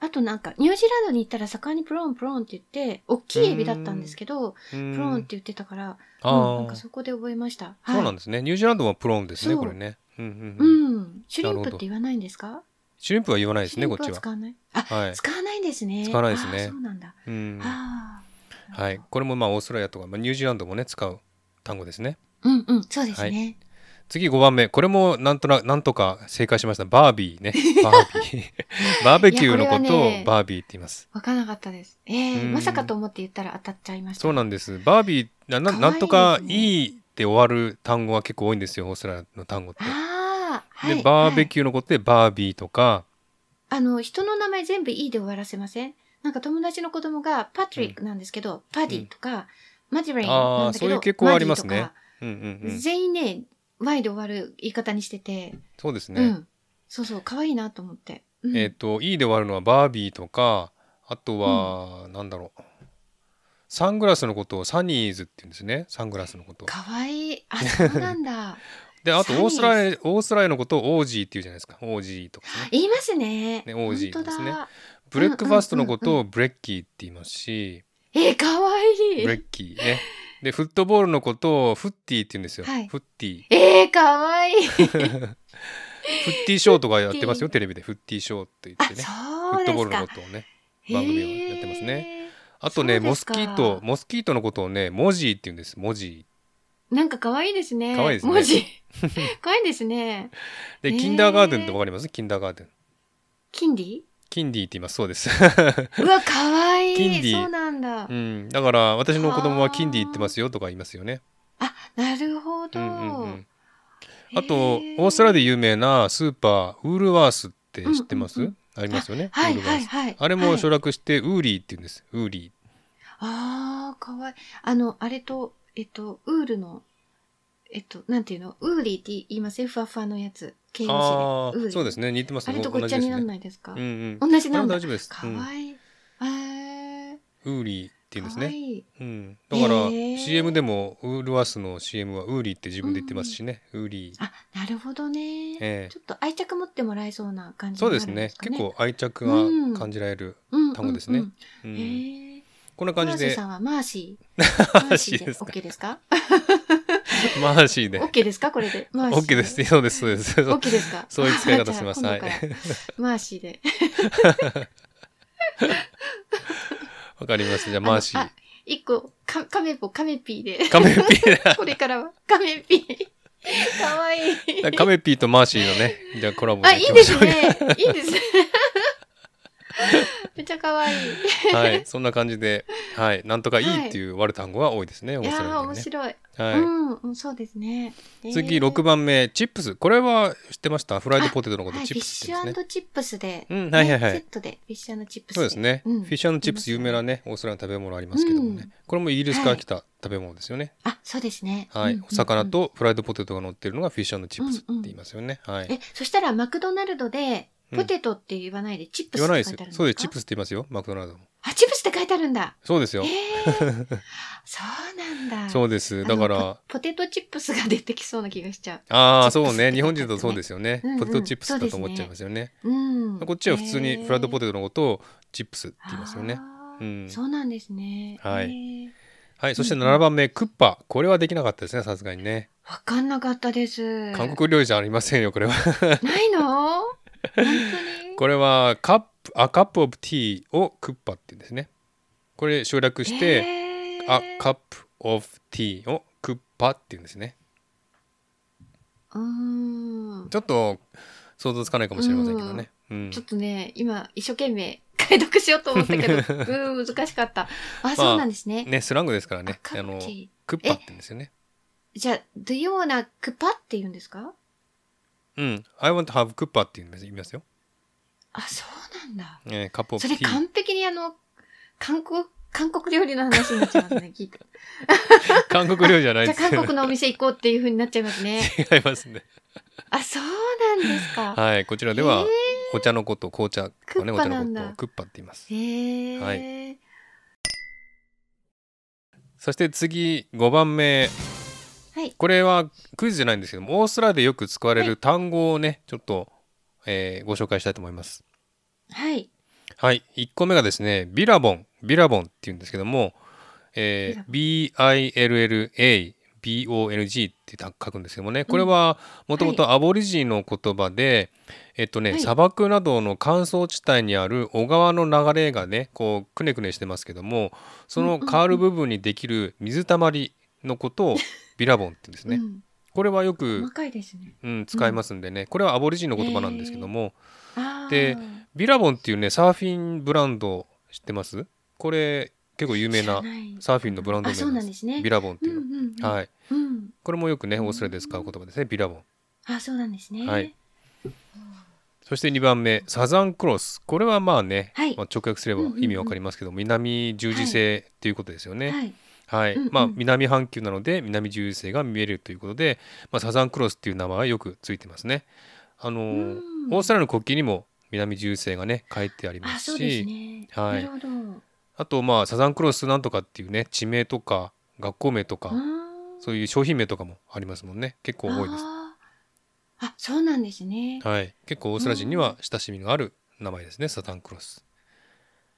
[SPEAKER 2] あとなんか、ニュージーランドに行ったら盛んにプロンプロンって言って、大きいエビだったんですけど、
[SPEAKER 1] プロ
[SPEAKER 2] プロンって言ってたから、
[SPEAKER 1] あ
[SPEAKER 2] うんな
[SPEAKER 1] ー
[SPEAKER 2] んかそこで覚えました。はい、
[SPEAKER 1] そうなんですね。ニュージーランドはプローンですね、
[SPEAKER 2] そう
[SPEAKER 1] これね。うんうんうん
[SPEAKER 2] うん。シュリンプって言わないんですか
[SPEAKER 1] シュリンプは言わないで
[SPEAKER 2] シ
[SPEAKER 1] す
[SPEAKER 2] ュ
[SPEAKER 1] ね、
[SPEAKER 2] リ
[SPEAKER 1] こ
[SPEAKER 2] ン
[SPEAKER 1] っ
[SPEAKER 2] プは
[SPEAKER 1] ちは
[SPEAKER 2] 使。わないあ、
[SPEAKER 1] はい。
[SPEAKER 2] 使わないんですね。
[SPEAKER 1] 使わないですね
[SPEAKER 2] あーそうなんだ。
[SPEAKER 1] うん
[SPEAKER 2] ああ。
[SPEAKER 1] はい、これもまあオーストラリアとか、まあ、ニュージーランドもね使う単語ですね
[SPEAKER 2] うんうん、そうですね。
[SPEAKER 1] 次5番目これもなんとななんとか正解しましたバービー ねバービーバーベキューのこと
[SPEAKER 2] いやこれは
[SPEAKER 1] を
[SPEAKER 2] ね
[SPEAKER 1] バービーって言います、
[SPEAKER 2] わ、からなかったです。ええ
[SPEAKER 1] うん
[SPEAKER 2] まさかと思って言ったら当たっちゃいました。
[SPEAKER 1] そうなんですバービーなな
[SPEAKER 2] 可愛いですね
[SPEAKER 1] なんとかいいって終わる単語は結構多いんですよオーストラリアの単語って、
[SPEAKER 2] ああ、はい。
[SPEAKER 1] でバーベ
[SPEAKER 2] ュ
[SPEAKER 1] キューのことでバービーとか、
[SPEAKER 2] ー、あの、人の名前全部 E で終わらせませんなんか友達の子供がパトリックなんですけど、パディとか、マディレインなんだけど、
[SPEAKER 1] あーそういう傾向ありますね
[SPEAKER 2] マディとか
[SPEAKER 1] うんうんうん、
[SPEAKER 2] 全員ね、Y で終わる言い方にしてて、
[SPEAKER 1] そうです
[SPEAKER 2] う
[SPEAKER 1] ね、
[SPEAKER 2] ん。そうそう、可愛いなと思って。うん
[SPEAKER 1] えっ、といいで終わるのはバービーとかあとは、なんだろうサングラスのことをサニーズって言うんですねサングラスのことを
[SPEAKER 2] かわいい。あ、そうな んだ。
[SPEAKER 1] であと
[SPEAKER 2] サニー
[SPEAKER 1] オーストラリアオーストラリアのことをオージーっていうじゃないですかオージーとかね
[SPEAKER 2] 言いますね。
[SPEAKER 1] ね王子ですね
[SPEAKER 2] 本当だ。
[SPEAKER 1] ブレックファストのことをブレッキーって言いますし、
[SPEAKER 2] えー、かわい
[SPEAKER 1] ブレ
[SPEAKER 2] い。
[SPEAKER 1] ッキーねでフットボールのことをフッティーって言うんですよ、
[SPEAKER 2] はい
[SPEAKER 1] フッティー
[SPEAKER 2] えー、かわいい。
[SPEAKER 1] フッティーショーとかやってますよテレビでフッティーショーって言
[SPEAKER 2] あ、
[SPEAKER 1] ってねフ
[SPEAKER 2] そう
[SPEAKER 1] ットボー
[SPEAKER 2] で
[SPEAKER 1] ル
[SPEAKER 2] す
[SPEAKER 1] の
[SPEAKER 2] か
[SPEAKER 1] こ。とをね番組をやってますねあと
[SPEAKER 2] そ
[SPEAKER 1] ね
[SPEAKER 2] うで
[SPEAKER 1] モス
[SPEAKER 2] すか
[SPEAKER 1] キートモスキートのことをねモジーって言うんですモジ
[SPEAKER 2] へー。なんか可愛いですね。
[SPEAKER 1] 可愛いですね
[SPEAKER 2] 文字。 可愛いですね。
[SPEAKER 1] ーで、
[SPEAKER 2] へー
[SPEAKER 1] キンダーガーデンってわかりますキンダーガーデン
[SPEAKER 2] キンディ
[SPEAKER 1] キンディーって言いますそうです、
[SPEAKER 2] うわ、可愛
[SPEAKER 1] キンディ
[SPEAKER 2] い。そうなんだ
[SPEAKER 1] う。ん、だから私の子供はキンディー言ってますよとか言いますよね
[SPEAKER 2] あ、なるほど。
[SPEAKER 1] うんうんうん
[SPEAKER 2] へー
[SPEAKER 1] あと、オーストラリアで有名なスーパー、ウールワースって知ってます、
[SPEAKER 2] うんうん
[SPEAKER 1] ありますよね。
[SPEAKER 2] はい
[SPEAKER 1] ウールワ
[SPEAKER 2] は
[SPEAKER 1] ー
[SPEAKER 2] い
[SPEAKER 1] ス。
[SPEAKER 2] はい。
[SPEAKER 1] あれ
[SPEAKER 2] は
[SPEAKER 1] も
[SPEAKER 2] い
[SPEAKER 1] 省略して、ウーリーって言うんです。ウーリ
[SPEAKER 2] ああ、かわいい。あの、あれと、えっと、ウールの、えっと、なんていうのウーリーって言いませんふわふわのやつ。形
[SPEAKER 1] ー。ああ、
[SPEAKER 2] 容詞で。ウーリー
[SPEAKER 1] そうですね。似てます
[SPEAKER 2] あ
[SPEAKER 1] ね。
[SPEAKER 2] れとご
[SPEAKER 1] 同
[SPEAKER 2] っち
[SPEAKER 1] じ
[SPEAKER 2] ゃ
[SPEAKER 1] です
[SPEAKER 2] になら
[SPEAKER 1] ね。
[SPEAKER 2] ないですか
[SPEAKER 1] うんうん。こ
[SPEAKER 2] 同じ
[SPEAKER 1] れ
[SPEAKER 2] な
[SPEAKER 1] も
[SPEAKER 2] んだ
[SPEAKER 1] 大。丈夫です。
[SPEAKER 2] か
[SPEAKER 1] うん
[SPEAKER 2] わいい。えー。
[SPEAKER 1] ウーリーって言うんです
[SPEAKER 2] かわ
[SPEAKER 1] ね。
[SPEAKER 2] いい。
[SPEAKER 1] うん。だから、
[SPEAKER 2] へー
[SPEAKER 1] CM でも、ウールワースの CM はウーリーって自分で言ってますしね。ウーリー。
[SPEAKER 2] あ、なるほどね、
[SPEAKER 1] ええ
[SPEAKER 2] ちょっと愛着持ってもらえそうな感じ
[SPEAKER 1] そう
[SPEAKER 2] にな
[SPEAKER 1] で
[SPEAKER 2] る
[SPEAKER 1] す
[SPEAKER 2] んで
[SPEAKER 1] ね
[SPEAKER 2] す。かね。
[SPEAKER 1] 結構愛着
[SPEAKER 2] うん
[SPEAKER 1] が感じられる。
[SPEAKER 2] 構
[SPEAKER 1] 単語ですね
[SPEAKER 2] うん
[SPEAKER 1] う
[SPEAKER 2] うんうんん、へえ。
[SPEAKER 1] こんな
[SPEAKER 2] マ
[SPEAKER 1] 感じ
[SPEAKER 2] ーシー
[SPEAKER 1] で
[SPEAKER 2] さ、んはマーシー。マーシ ー
[SPEAKER 1] マーシーで
[SPEAKER 2] です
[SPEAKER 1] か
[SPEAKER 2] OK ですか
[SPEAKER 1] マーシーで。
[SPEAKER 2] ?OK ですかこれで。マーシー。
[SPEAKER 1] OK です。。そうです。そうです。 そう
[SPEAKER 2] OK ですか
[SPEAKER 1] そういう使い方します
[SPEAKER 2] じゃあ今度
[SPEAKER 1] はい
[SPEAKER 2] からマーシーで。
[SPEAKER 1] わかりました。じゃあ、
[SPEAKER 2] あ の
[SPEAKER 1] マーシー
[SPEAKER 2] あ。一個、か、カメポ、カメピーで。
[SPEAKER 1] カメピー
[SPEAKER 2] これからは、カメピー。かわいい。
[SPEAKER 1] だ。カメピーとマーシーのね、じゃあコラボ
[SPEAKER 2] あ、
[SPEAKER 1] で
[SPEAKER 2] い
[SPEAKER 1] いき
[SPEAKER 2] い
[SPEAKER 1] ま
[SPEAKER 2] で
[SPEAKER 1] しょ
[SPEAKER 2] す
[SPEAKER 1] う。
[SPEAKER 2] ね。いいですね。 めっちゃかわいい。
[SPEAKER 1] はい、そんな感じで、はい、なんとかいいっていう悪単語が多いですね、オ
[SPEAKER 2] い
[SPEAKER 1] ース
[SPEAKER 2] や
[SPEAKER 1] トラリ
[SPEAKER 2] ー、
[SPEAKER 1] ア
[SPEAKER 2] 面
[SPEAKER 1] ね。
[SPEAKER 2] 白い。
[SPEAKER 1] は
[SPEAKER 2] う
[SPEAKER 1] い。
[SPEAKER 2] んうん、そうですね。
[SPEAKER 1] 次
[SPEAKER 2] えー
[SPEAKER 1] 6番目、チップス。これは知ってましたフライドポテトのこと
[SPEAKER 2] はい、
[SPEAKER 1] チ
[SPEAKER 2] フ
[SPEAKER 1] ッ
[SPEAKER 2] ィ
[SPEAKER 1] プス
[SPEAKER 2] ッ
[SPEAKER 1] っ
[SPEAKER 2] シ
[SPEAKER 1] て言うんですね。
[SPEAKER 2] ュチップスで、
[SPEAKER 1] うんはいはいはい
[SPEAKER 2] ねセットで、フィッシュチップス
[SPEAKER 1] そうですね。
[SPEAKER 2] うん
[SPEAKER 1] フィッシュチップス有名なね、オーストラリアの食べ物ありますけどもね。
[SPEAKER 2] うん
[SPEAKER 1] これもイギリスから来た食べ物ですよね。
[SPEAKER 2] あ、そうですね。
[SPEAKER 1] はい。
[SPEAKER 2] うんうんうん
[SPEAKER 1] お魚。とフライドポテトが乗ってるのがフィッシュチップスって言いますよね。はい。
[SPEAKER 2] え、そしたらマクドナルドで、
[SPEAKER 1] うん
[SPEAKER 2] ポテトって言わないで、チップ
[SPEAKER 1] 言
[SPEAKER 2] スっ
[SPEAKER 1] わないで
[SPEAKER 2] て書
[SPEAKER 1] すよ
[SPEAKER 2] いてあるんですか、。
[SPEAKER 1] そうです。チップスって言いますよ。マクドナルドも。
[SPEAKER 2] あ、チップスって書いてあるんだ。
[SPEAKER 1] そうですよ
[SPEAKER 2] え。ー、そう なんだ。
[SPEAKER 1] そうです。だか
[SPEAKER 2] あ
[SPEAKER 1] ら
[SPEAKER 2] の、ポポテトチップスが出てきそうな気がしちゃ
[SPEAKER 1] ああ、
[SPEAKER 2] チップ
[SPEAKER 1] そ
[SPEAKER 2] ス
[SPEAKER 1] う
[SPEAKER 2] って書いてあ
[SPEAKER 1] ね。
[SPEAKER 2] る
[SPEAKER 1] 日本人だとそうですよね
[SPEAKER 2] うんうん。
[SPEAKER 1] ポテトチップスだと思っちゃいますよね。
[SPEAKER 2] う。うん。
[SPEAKER 1] こっちは普通にフライドポ
[SPEAKER 2] テ
[SPEAKER 1] テトのことをチップスって言いますよね。。う
[SPEAKER 2] うんん、そうなんですね。
[SPEAKER 1] はい
[SPEAKER 2] えー
[SPEAKER 1] はい。そして
[SPEAKER 2] うんうん
[SPEAKER 1] 7番目、クッパ。これはできなかったですね、さすがにね。
[SPEAKER 2] わかんなかったです。
[SPEAKER 1] 韓国料理じゃありませんよ、これは。
[SPEAKER 2] ないの 本当に
[SPEAKER 1] これはカップ、アカップオブティーをクッパって言うんですね。これ省略して、
[SPEAKER 2] えー
[SPEAKER 1] アカップオブティーをクッパって言うんですね。
[SPEAKER 2] うーん
[SPEAKER 1] ちょっと想像つかないかもしれませんけどね。うん
[SPEAKER 2] ちょっとね、今、一生懸命 解読しようと思ったけど、う ーん、難しかった。あ、そうなんですね。
[SPEAKER 1] ね、スラングですから
[SPEAKER 2] あ
[SPEAKER 1] ね。
[SPEAKER 2] カ
[SPEAKER 1] あ
[SPEAKER 2] ッ
[SPEAKER 1] の、
[SPEAKER 2] プティ
[SPEAKER 1] クッパって言うんですよね。
[SPEAKER 2] ーじゃあ、do you wanna クパって言うんですか
[SPEAKER 1] うん。I want to have クッパって言いますよ。
[SPEAKER 2] あ、そうなんだ。
[SPEAKER 1] えーカップオブ
[SPEAKER 2] そ
[SPEAKER 1] テ
[SPEAKER 2] れ
[SPEAKER 1] ィー。
[SPEAKER 2] 完璧にあの、韓国、韓国料理の話になっちゃいます ね、聞いて。
[SPEAKER 1] 韓国料理じゃない
[SPEAKER 2] じゃ
[SPEAKER 1] で
[SPEAKER 2] あ、
[SPEAKER 1] すけど。
[SPEAKER 2] 韓国のお店行こうっていう風になっちゃいま すね。
[SPEAKER 1] 違いますね。
[SPEAKER 2] あ、そうなんです か。
[SPEAKER 1] はい。こちらで
[SPEAKER 2] え
[SPEAKER 1] は
[SPEAKER 2] ー、
[SPEAKER 1] お茶のこと、紅茶とかね、
[SPEAKER 2] クッ
[SPEAKER 1] お
[SPEAKER 2] パ
[SPEAKER 1] 茶
[SPEAKER 2] な
[SPEAKER 1] の
[SPEAKER 2] んだ
[SPEAKER 1] ことをクッパって言います
[SPEAKER 2] へ。ー。
[SPEAKER 1] は
[SPEAKER 2] え
[SPEAKER 1] そして次、5番目。
[SPEAKER 2] はい
[SPEAKER 1] これはクイズじゃないんですけども、オーストラリアでよく使われる単語をね、ちょっと、えーご紹介したいと思います。
[SPEAKER 2] はい。
[SPEAKER 1] はい。1個目がですね、ビラボン。ビラボンって言うんですけども、えー B-I-L-L-A。B-O-N-G って書くんですけどもねこれはもともとアボリジニの言葉で、えっとね、
[SPEAKER 2] はい
[SPEAKER 1] 砂漠などの乾燥地帯にある小川の流れがねこうくねくねしてますけどもそのカール部分にできる水たまりの ことをビラボンって言うんですね。
[SPEAKER 2] うん
[SPEAKER 1] これはよ
[SPEAKER 2] 細
[SPEAKER 1] く、
[SPEAKER 2] かいですね。
[SPEAKER 1] うん、使いますんでね、これはアボリジンの言葉なんですけども、
[SPEAKER 2] あー
[SPEAKER 1] でビラボンっていうねサーフィンブランド知ってますこれ結構有名な
[SPEAKER 2] 知らい
[SPEAKER 1] サーフィンのブランド
[SPEAKER 2] あ、そう
[SPEAKER 1] 名
[SPEAKER 2] な
[SPEAKER 1] なん
[SPEAKER 2] ん
[SPEAKER 1] で
[SPEAKER 2] ですすね。
[SPEAKER 1] ビラボンっていうの、
[SPEAKER 2] うんうんうん、
[SPEAKER 1] はい
[SPEAKER 2] うん。
[SPEAKER 1] これもよくねオーストラリアで使う言葉ですねビラボン
[SPEAKER 2] あ、そうなんですね。
[SPEAKER 1] はいそして2番目サザンクロスこれはまあね、
[SPEAKER 2] はい
[SPEAKER 1] まあ、直訳すれば意味わかりますけど、南十字星っていうことですよね、
[SPEAKER 2] はい。
[SPEAKER 1] はい、
[SPEAKER 2] うんうん
[SPEAKER 1] まあ南半球なので南十字星が見えるということで、まあ、サザンクロスっていう名前はよくついてますね。あのー
[SPEAKER 2] うん
[SPEAKER 1] オーストラリアの国旗にも南十字星がね書いてありま
[SPEAKER 2] あ、そ
[SPEAKER 1] す
[SPEAKER 2] うです
[SPEAKER 1] し、
[SPEAKER 2] ね。
[SPEAKER 1] はい
[SPEAKER 2] なるほど。
[SPEAKER 1] あとまあサザンクロスなんとかっていうね地名とか学校名とか、
[SPEAKER 2] あー
[SPEAKER 1] そういう商品名とかもありますもんね結構多いです。
[SPEAKER 2] あーあ、そうなんですね。
[SPEAKER 1] はい、結構オーストラリア人には親しみのある名前ですね、サザンクロス。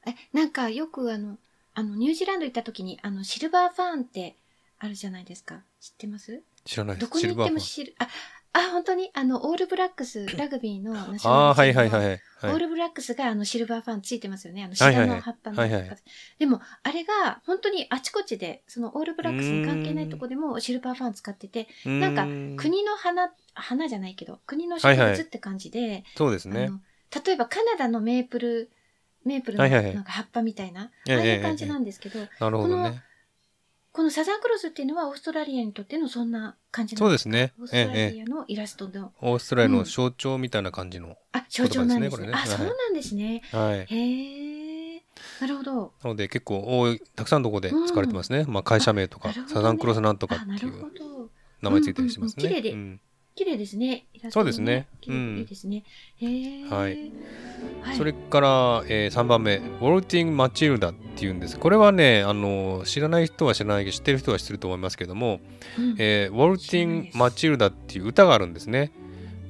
[SPEAKER 2] え、なんかよくあの、あのニュージーランド行った時に、あのシルバーファーンってあるじゃないですか。知ってます？
[SPEAKER 1] 知らないで
[SPEAKER 2] ど
[SPEAKER 1] す
[SPEAKER 2] こ
[SPEAKER 1] シ
[SPEAKER 2] に
[SPEAKER 1] ル
[SPEAKER 2] 行っ
[SPEAKER 1] バー
[SPEAKER 2] て
[SPEAKER 1] フ
[SPEAKER 2] も
[SPEAKER 1] ァン。
[SPEAKER 2] シル、あ、あ、本当にあのオールブラックスラグビーのナショナル
[SPEAKER 1] ああーはいはい
[SPEAKER 2] チームの
[SPEAKER 1] はいはい
[SPEAKER 2] オー
[SPEAKER 1] はい
[SPEAKER 2] ルブラックスがあのシルバーファンついてますよね。あのシ
[SPEAKER 1] は
[SPEAKER 2] ダ
[SPEAKER 1] いはいはい
[SPEAKER 2] の葉っぱの形。
[SPEAKER 1] はいはい
[SPEAKER 2] でも、あれが本当にあちこちで、そのオールブラックスに関係ないとこでもシルバーファン使ってて、。
[SPEAKER 1] うーん
[SPEAKER 2] なんか国の花、花じゃないけど、国の植
[SPEAKER 1] はい
[SPEAKER 2] 物
[SPEAKER 1] はい
[SPEAKER 2] って感じで、
[SPEAKER 1] そうですね
[SPEAKER 2] あ。の例えばカナダのメープル、メープルの
[SPEAKER 1] はいはいはい
[SPEAKER 2] なんか葉っぱみたいな、
[SPEAKER 1] ええ
[SPEAKER 2] ああ
[SPEAKER 1] え
[SPEAKER 2] い
[SPEAKER 1] え
[SPEAKER 2] う感じなんですけど、
[SPEAKER 1] なるほどね。
[SPEAKER 2] このサザンクロスっていうのはオーストラリアにとってのそんな感じな
[SPEAKER 1] そ
[SPEAKER 2] ん
[SPEAKER 1] う
[SPEAKER 2] で
[SPEAKER 1] ですすね
[SPEAKER 2] オー。ス
[SPEAKER 1] ええ
[SPEAKER 2] トラ
[SPEAKER 1] ええ
[SPEAKER 2] リアのイラストの、
[SPEAKER 1] オーストラリアの象徴みたいな感じの、
[SPEAKER 2] あ、象徴なんですね。
[SPEAKER 1] 言葉
[SPEAKER 2] あ、
[SPEAKER 1] ですね
[SPEAKER 2] そ
[SPEAKER 1] こ
[SPEAKER 2] う
[SPEAKER 1] れねはいは
[SPEAKER 2] なんですね。
[SPEAKER 1] い
[SPEAKER 2] へえ、なるほど。
[SPEAKER 1] なので結構多いたくさんのとこで使われてますね、まあ、会社名とか、
[SPEAKER 2] あなるほどね
[SPEAKER 1] サザンクロスなんとか
[SPEAKER 2] あ、な
[SPEAKER 1] ってい
[SPEAKER 2] るほ
[SPEAKER 1] う
[SPEAKER 2] ど。
[SPEAKER 1] 名前ついたりしてますね、
[SPEAKER 2] うんうんうん綺麗で
[SPEAKER 1] うん
[SPEAKER 2] 綺麗ですね。イラ
[SPEAKER 1] そ
[SPEAKER 2] スト
[SPEAKER 1] う
[SPEAKER 2] も
[SPEAKER 1] ですね
[SPEAKER 2] 綺麗
[SPEAKER 1] うん
[SPEAKER 2] いいですね。へえ。
[SPEAKER 1] はい。
[SPEAKER 2] はい。
[SPEAKER 1] それから、え3番目「ウォルティング・マチルダ」っていうんですこれはねあの知らない人は知らないけど知ってる人は知ってると思いますけども
[SPEAKER 2] うん
[SPEAKER 1] 「えーウォルティング・マチルダ」っていう歌があるんですね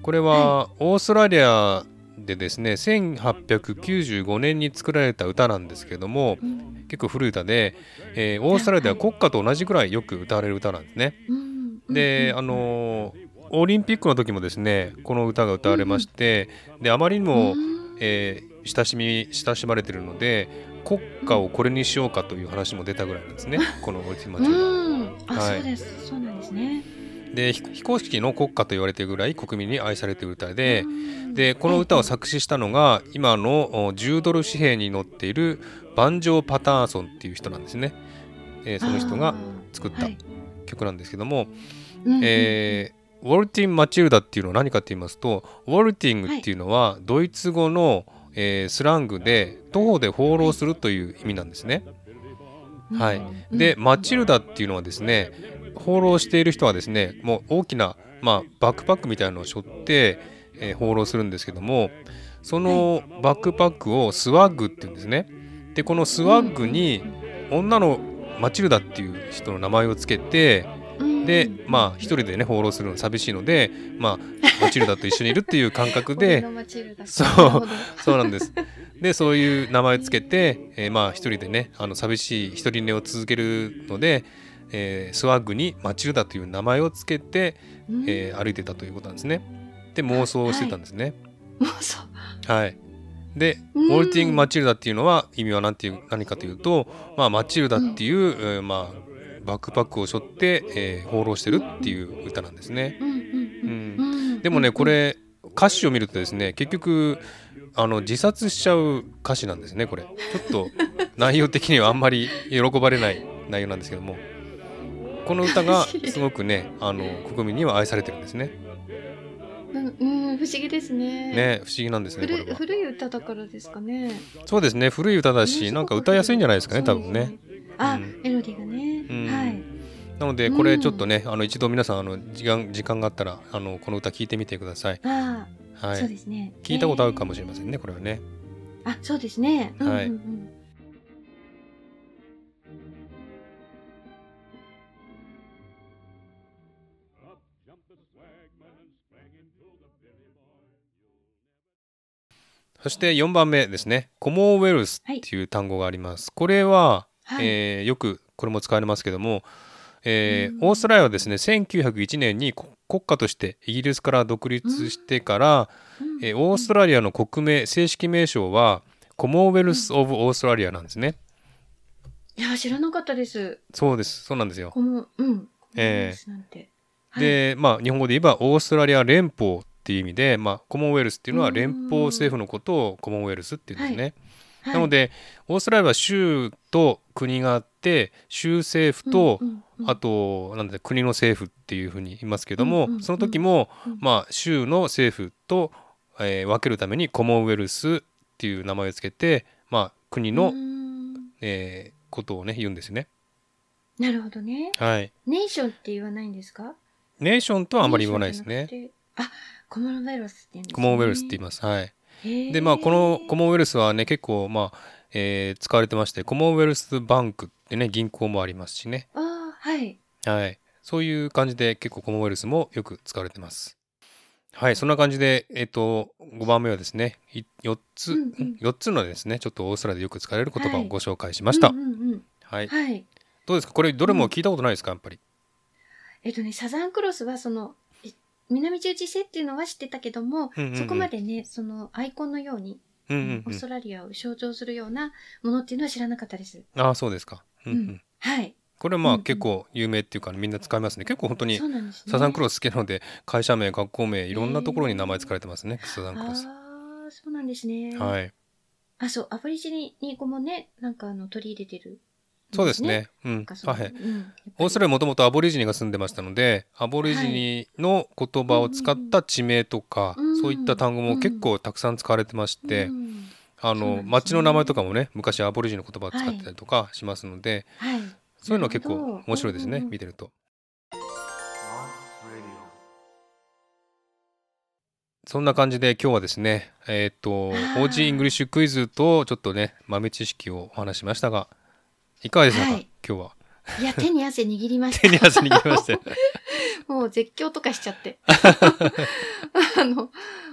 [SPEAKER 1] これはオーストラリアでですね1895年に作られた歌なんですけども
[SPEAKER 2] うん
[SPEAKER 1] 結構古い歌で、えーオーストラリアでは国歌と同じくらいよく歌われる歌なんですね。
[SPEAKER 2] うん
[SPEAKER 1] で、
[SPEAKER 2] うん
[SPEAKER 1] あのーオリンピックの時もですねこの歌が歌われまして、であまりにも、
[SPEAKER 2] うん
[SPEAKER 1] えー親しみ親しまれてるので国歌をこれにしようかという話も出たぐらいなん ですね、この「オルティマチューダ」
[SPEAKER 2] うん。あ、
[SPEAKER 1] はい
[SPEAKER 2] そうです。そうなんですね。
[SPEAKER 1] で非非公式の国歌と言われているぐらい国民に愛されている歌で、
[SPEAKER 2] うん
[SPEAKER 1] でこの歌を作詞したのが今のお10ドル紙幣に載っているバンジョー・パターソンっていう人なんですね、えーその人が作った曲なんですけども、えーウォルティン・マチルダっていうのは何かと言いますとウォルティングっていうのはドイツ語の、えースラングで徒歩で放浪するという意味なんですね。
[SPEAKER 2] ー
[SPEAKER 1] はいでマチルダっていうのはですね放浪している人はですねもう大きな、まあ、バックパックみたいなのを背負って、えー放浪するんですけどもそのバックパックをスワッグっていうんですねでこのスワッグに女のマチルダっていう人の名前をつけてでまあ一人でね放浪するの寂しいので、まあ、マチルダと一緒にいるっていう感覚で
[SPEAKER 2] で
[SPEAKER 1] そうそうなんです。でそういう名前つけて、えーまあ一人でねあの寂しい一人寝を続けるので、えースワッグにマチルダという名前をつけて、えー歩いてたということなんですね。で妄想をしてたんですね。
[SPEAKER 2] もうそう。
[SPEAKER 1] はい、で
[SPEAKER 2] うん
[SPEAKER 1] ウォルティング・マチルダっていうのは意味は何ていう何かというと、まあ、マチルダっていう、えーまあバックパックを背負って、えー放浪してるっていう歌なんですね。
[SPEAKER 2] うんうんうんうん
[SPEAKER 1] でもねこ。れ歌詞を見るとですね結局あの自殺しちゃう歌詞なんですねこれちょっと内容的にはあんまり喜ばれない内容なんですけどもこの歌がすごくねあの国民には愛されてるんですね
[SPEAKER 2] うんうん不思議ですね。
[SPEAKER 1] ね不思議なんですねこ
[SPEAKER 2] 古い
[SPEAKER 1] れは
[SPEAKER 2] 古い歌だからですかね。
[SPEAKER 1] そうですね古い歌だ
[SPEAKER 2] ね
[SPEAKER 1] しなんか歌いやすいんじゃないですかね多
[SPEAKER 2] そうで
[SPEAKER 1] 分
[SPEAKER 2] す
[SPEAKER 1] ね。
[SPEAKER 2] あ
[SPEAKER 1] うん
[SPEAKER 2] メロディーが
[SPEAKER 1] うん
[SPEAKER 2] ね。はい。
[SPEAKER 1] なのでこれちょっとねあの一度皆さんあの時間時間があったらあのこの歌聞いてみてください
[SPEAKER 2] あ
[SPEAKER 1] は
[SPEAKER 2] あそう
[SPEAKER 1] い
[SPEAKER 2] ですね。
[SPEAKER 1] 聞いたことあるかもしれま
[SPEAKER 2] せん
[SPEAKER 1] せんねこれはね
[SPEAKER 2] あ、そうですね。うんうんうん
[SPEAKER 1] はいそして4番目ですねコモンウェルスっていう単語があります、これは
[SPEAKER 2] はい。
[SPEAKER 1] えーよくこれも使われますけども、えー
[SPEAKER 2] うん
[SPEAKER 1] オーストラリアはですね1901年にこ国家としてイギリスから独立してから、
[SPEAKER 2] うん
[SPEAKER 1] えーオーストラリアの国名正式名称はコモンウェルス・オブ・オーストラリアなんですね。
[SPEAKER 2] いや知らなかったです。
[SPEAKER 1] そうですそうなんですよ。
[SPEAKER 2] このうん。
[SPEAKER 1] ええ
[SPEAKER 2] ー。なんて。はい
[SPEAKER 1] でまあ日本語で言えばオーストラリア連邦っていう意味で、まあ、コモンウェルスっていうのは
[SPEAKER 2] うん
[SPEAKER 1] 連邦政府のことをコモンウェルスっていうんですね。
[SPEAKER 2] はい
[SPEAKER 1] なのでオーストラリアは州と国があって州政府と、
[SPEAKER 2] うんうん
[SPEAKER 1] あとなんだ国の政府っていうふうに言いますけども、
[SPEAKER 2] うんうんうん
[SPEAKER 1] その時も、
[SPEAKER 2] うん
[SPEAKER 1] まあ、州の政府と、えー分けるためにコモンウェルスっていう名前をつけて、まあ、国の、
[SPEAKER 2] うん
[SPEAKER 1] えーことをね言うんですね。
[SPEAKER 2] なるほどね。
[SPEAKER 1] はい、
[SPEAKER 2] ネーションって言わないんですか？
[SPEAKER 1] ネーションとはあまり言わないです
[SPEAKER 2] ネー
[SPEAKER 1] ね。
[SPEAKER 2] ションじゃなくて。あ、コモンウェルスって言うんです、ね。
[SPEAKER 1] コモンウェルスって言い
[SPEAKER 2] ま
[SPEAKER 1] ます。はい、
[SPEAKER 2] す
[SPEAKER 1] でまあこのコモンウェルスはね結構、まあえー使われてましてコモンウェルスバンクってね銀行もありますしね、
[SPEAKER 2] あーはい。
[SPEAKER 1] はい、そういう感じで結構コモンウェルスもよく使われてます。はい、そんな感じで、えっと、5番目はですね、い4つ、
[SPEAKER 2] うんうん
[SPEAKER 1] ん4つのですね、ちょっとオーストラリアでよく使われる言葉をご紹介しました。
[SPEAKER 2] うんうんうん
[SPEAKER 1] はい、
[SPEAKER 2] はい。
[SPEAKER 1] どうですか、これ、どれも聞いたことないですか、やっぱり。
[SPEAKER 2] えっとねサザンクロスはそのえ南十字星っていうのは知ってたけども、
[SPEAKER 1] うんうんうん
[SPEAKER 2] そこまでねそのアイコンのように、
[SPEAKER 1] うん
[SPEAKER 2] オ
[SPEAKER 1] うん
[SPEAKER 2] ー
[SPEAKER 1] う
[SPEAKER 2] スト
[SPEAKER 1] ん。
[SPEAKER 2] ラリアを象徴するようなものっていうのは知らなかったです。
[SPEAKER 1] ああ、そうですか。うんう
[SPEAKER 2] うんん、はい。
[SPEAKER 1] これ、まあ、
[SPEAKER 2] うんうん
[SPEAKER 1] 結構有名っていうか、みんな使いますね。結構本当に
[SPEAKER 2] そうなんですね。
[SPEAKER 1] サザンク
[SPEAKER 2] ロ
[SPEAKER 1] ロス好きなので、会社名、学校名、いろんなところに名前使われてますね、サザンクロス。
[SPEAKER 2] ああそうなんですね。い。
[SPEAKER 1] はい、
[SPEAKER 2] あそうアフリジニニ語もねなんかあの取り入れてる、
[SPEAKER 1] そうです。ね。うん
[SPEAKER 2] なん、かその
[SPEAKER 1] はい。
[SPEAKER 2] うんやっぱり
[SPEAKER 1] オーストラリアもともとアボリジニが住んでましたのでアボリジニの言葉を使った地名とか、
[SPEAKER 2] うん
[SPEAKER 1] そういった単語も結構たくさん使われてまして、
[SPEAKER 2] うん
[SPEAKER 1] あ
[SPEAKER 2] そうなん
[SPEAKER 1] の
[SPEAKER 2] ですね
[SPEAKER 1] 町の名前とかもね昔アボリジニの言葉を使ってたりとかしますので、
[SPEAKER 2] はい。
[SPEAKER 1] そういうのは結構面白いですね、
[SPEAKER 2] なるほど
[SPEAKER 1] 見てると。そんな感じで今日はですね、えっ、と、
[SPEAKER 2] はい
[SPEAKER 1] OG イングリッシュクイズとちょっとね、豆知識をお話ししましたが、いかがでしたか、
[SPEAKER 2] はい
[SPEAKER 1] 今日は。
[SPEAKER 2] いや手に汗握りました。
[SPEAKER 1] 手に汗握りましたよ。
[SPEAKER 2] もう絶叫とかしち ゃって。 あの、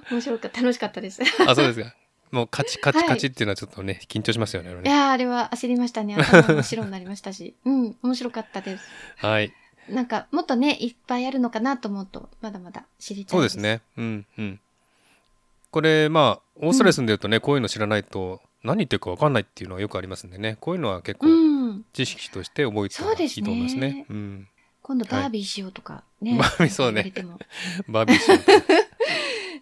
[SPEAKER 2] 面白かった。楽しかったです。い
[SPEAKER 1] あ、そうですか。もうカチカチカチっていうのはちょっとね、緊張しますよね。あれね
[SPEAKER 2] やー、あれは焦りましたね。頭も白になりまし たし。うん、面白かったです。
[SPEAKER 1] はい。
[SPEAKER 2] なんか、もっとね、いっぱいあるのかなと思うと、まだまだ知りたい
[SPEAKER 1] そうです。ね。うんうん。これまあオーストラリア住んでるとね、こういうの知らないと何言ってるか分かんないっていうのはよくありますんでねこういうのは結構
[SPEAKER 2] うん。
[SPEAKER 1] 知識として覚えて
[SPEAKER 2] そう
[SPEAKER 1] い
[SPEAKER 2] で
[SPEAKER 1] い
[SPEAKER 2] すね
[SPEAKER 1] と思いますね。うん、
[SPEAKER 2] 今度バービーしようとかね。
[SPEAKER 1] バービーそうね
[SPEAKER 2] 言われても
[SPEAKER 1] バービーショー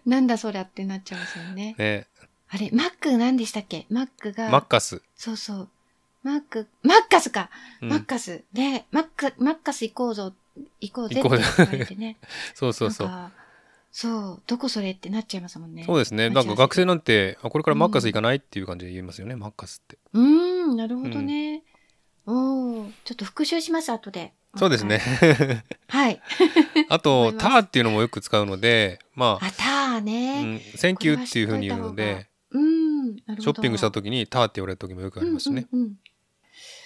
[SPEAKER 2] なんだそりゃってなっちゃいますよね。
[SPEAKER 1] ね
[SPEAKER 2] あれ、マック何でしたっけマックが。
[SPEAKER 1] マッカス、
[SPEAKER 2] そうそう。マック、マッカスか、
[SPEAKER 1] う
[SPEAKER 2] マッ
[SPEAKER 1] ん、
[SPEAKER 2] カス。ね、マック、マッカス行こうぞ、行こうぜって
[SPEAKER 1] 行こう
[SPEAKER 2] 言
[SPEAKER 1] ぜ
[SPEAKER 2] われてね。
[SPEAKER 1] そうそうそう
[SPEAKER 2] なんかそう、どこそれってなっちゃいますもんね。
[SPEAKER 1] そう
[SPEAKER 2] う
[SPEAKER 1] ですね
[SPEAKER 2] 待
[SPEAKER 1] な
[SPEAKER 2] ち
[SPEAKER 1] ん
[SPEAKER 2] 合わせ
[SPEAKER 1] か学生なんてあこれからマッカス行かないっていう感じで言いますよね、マッカスって
[SPEAKER 2] ーん、なるほどね。おお、ちょっと復習します、後で。
[SPEAKER 1] そうですね。
[SPEAKER 2] はい。
[SPEAKER 1] あ
[SPEAKER 2] 思
[SPEAKER 1] と
[SPEAKER 2] い
[SPEAKER 1] 「
[SPEAKER 2] ます
[SPEAKER 1] ター」っていうのもよく使うのでまあ
[SPEAKER 2] あた
[SPEAKER 1] 「
[SPEAKER 2] ー
[SPEAKER 1] うん
[SPEAKER 2] ね。、
[SPEAKER 1] センキュー」っていうふうに言うの
[SPEAKER 2] これは知っ
[SPEAKER 1] で
[SPEAKER 2] うん、なるほど。
[SPEAKER 1] ショッピングした時に「ター」って言われた時もよくありますね、
[SPEAKER 2] うんうん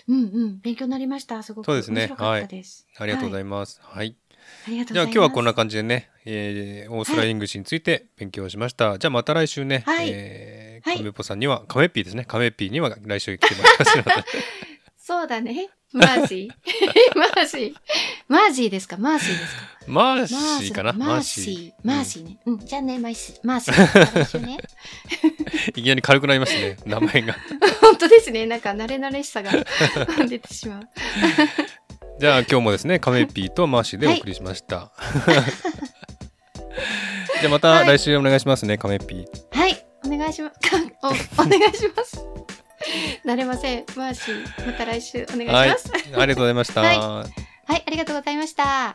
[SPEAKER 2] うん、うんうん勉強になりました。すごく
[SPEAKER 1] そうですね
[SPEAKER 2] 面白かったです。
[SPEAKER 1] ありがとうござ
[SPEAKER 2] い
[SPEAKER 1] います、はい
[SPEAKER 2] ます。ありがとうご
[SPEAKER 1] じゃ
[SPEAKER 2] ざい
[SPEAKER 1] あ
[SPEAKER 2] ます。
[SPEAKER 1] 今日はこんな感じでね、えーオーストラリアイングリッシュについて勉強しました、じゃあまた来週ね、
[SPEAKER 2] はい
[SPEAKER 1] え
[SPEAKER 2] はい
[SPEAKER 1] ー、カメポさんには、カメピーですねカメピーには来週来てもらいますので
[SPEAKER 2] そうだね。マ ーシー。マーシー。マージーですかマーシーですか
[SPEAKER 1] マー
[SPEAKER 2] マー
[SPEAKER 1] シーかな
[SPEAKER 2] マーシー。マーシーね。うん。じゃあね、マーシー。マー シー。来週ね
[SPEAKER 1] いきなり軽くなりましたね名前 が
[SPEAKER 2] 本当ですね。なんか慣れ慣れしさが出てしまう。
[SPEAKER 1] じゃあ今日もですねカメピーとマーシーでお送りしました、 じゃあまた来週お願いしますね、カメピー
[SPEAKER 2] はい。お願いします。 かお、お願いします。 慣れません。マーシー。また来週お願いします。
[SPEAKER 1] ありがとうございました、
[SPEAKER 2] はいはい、ありがとうございました。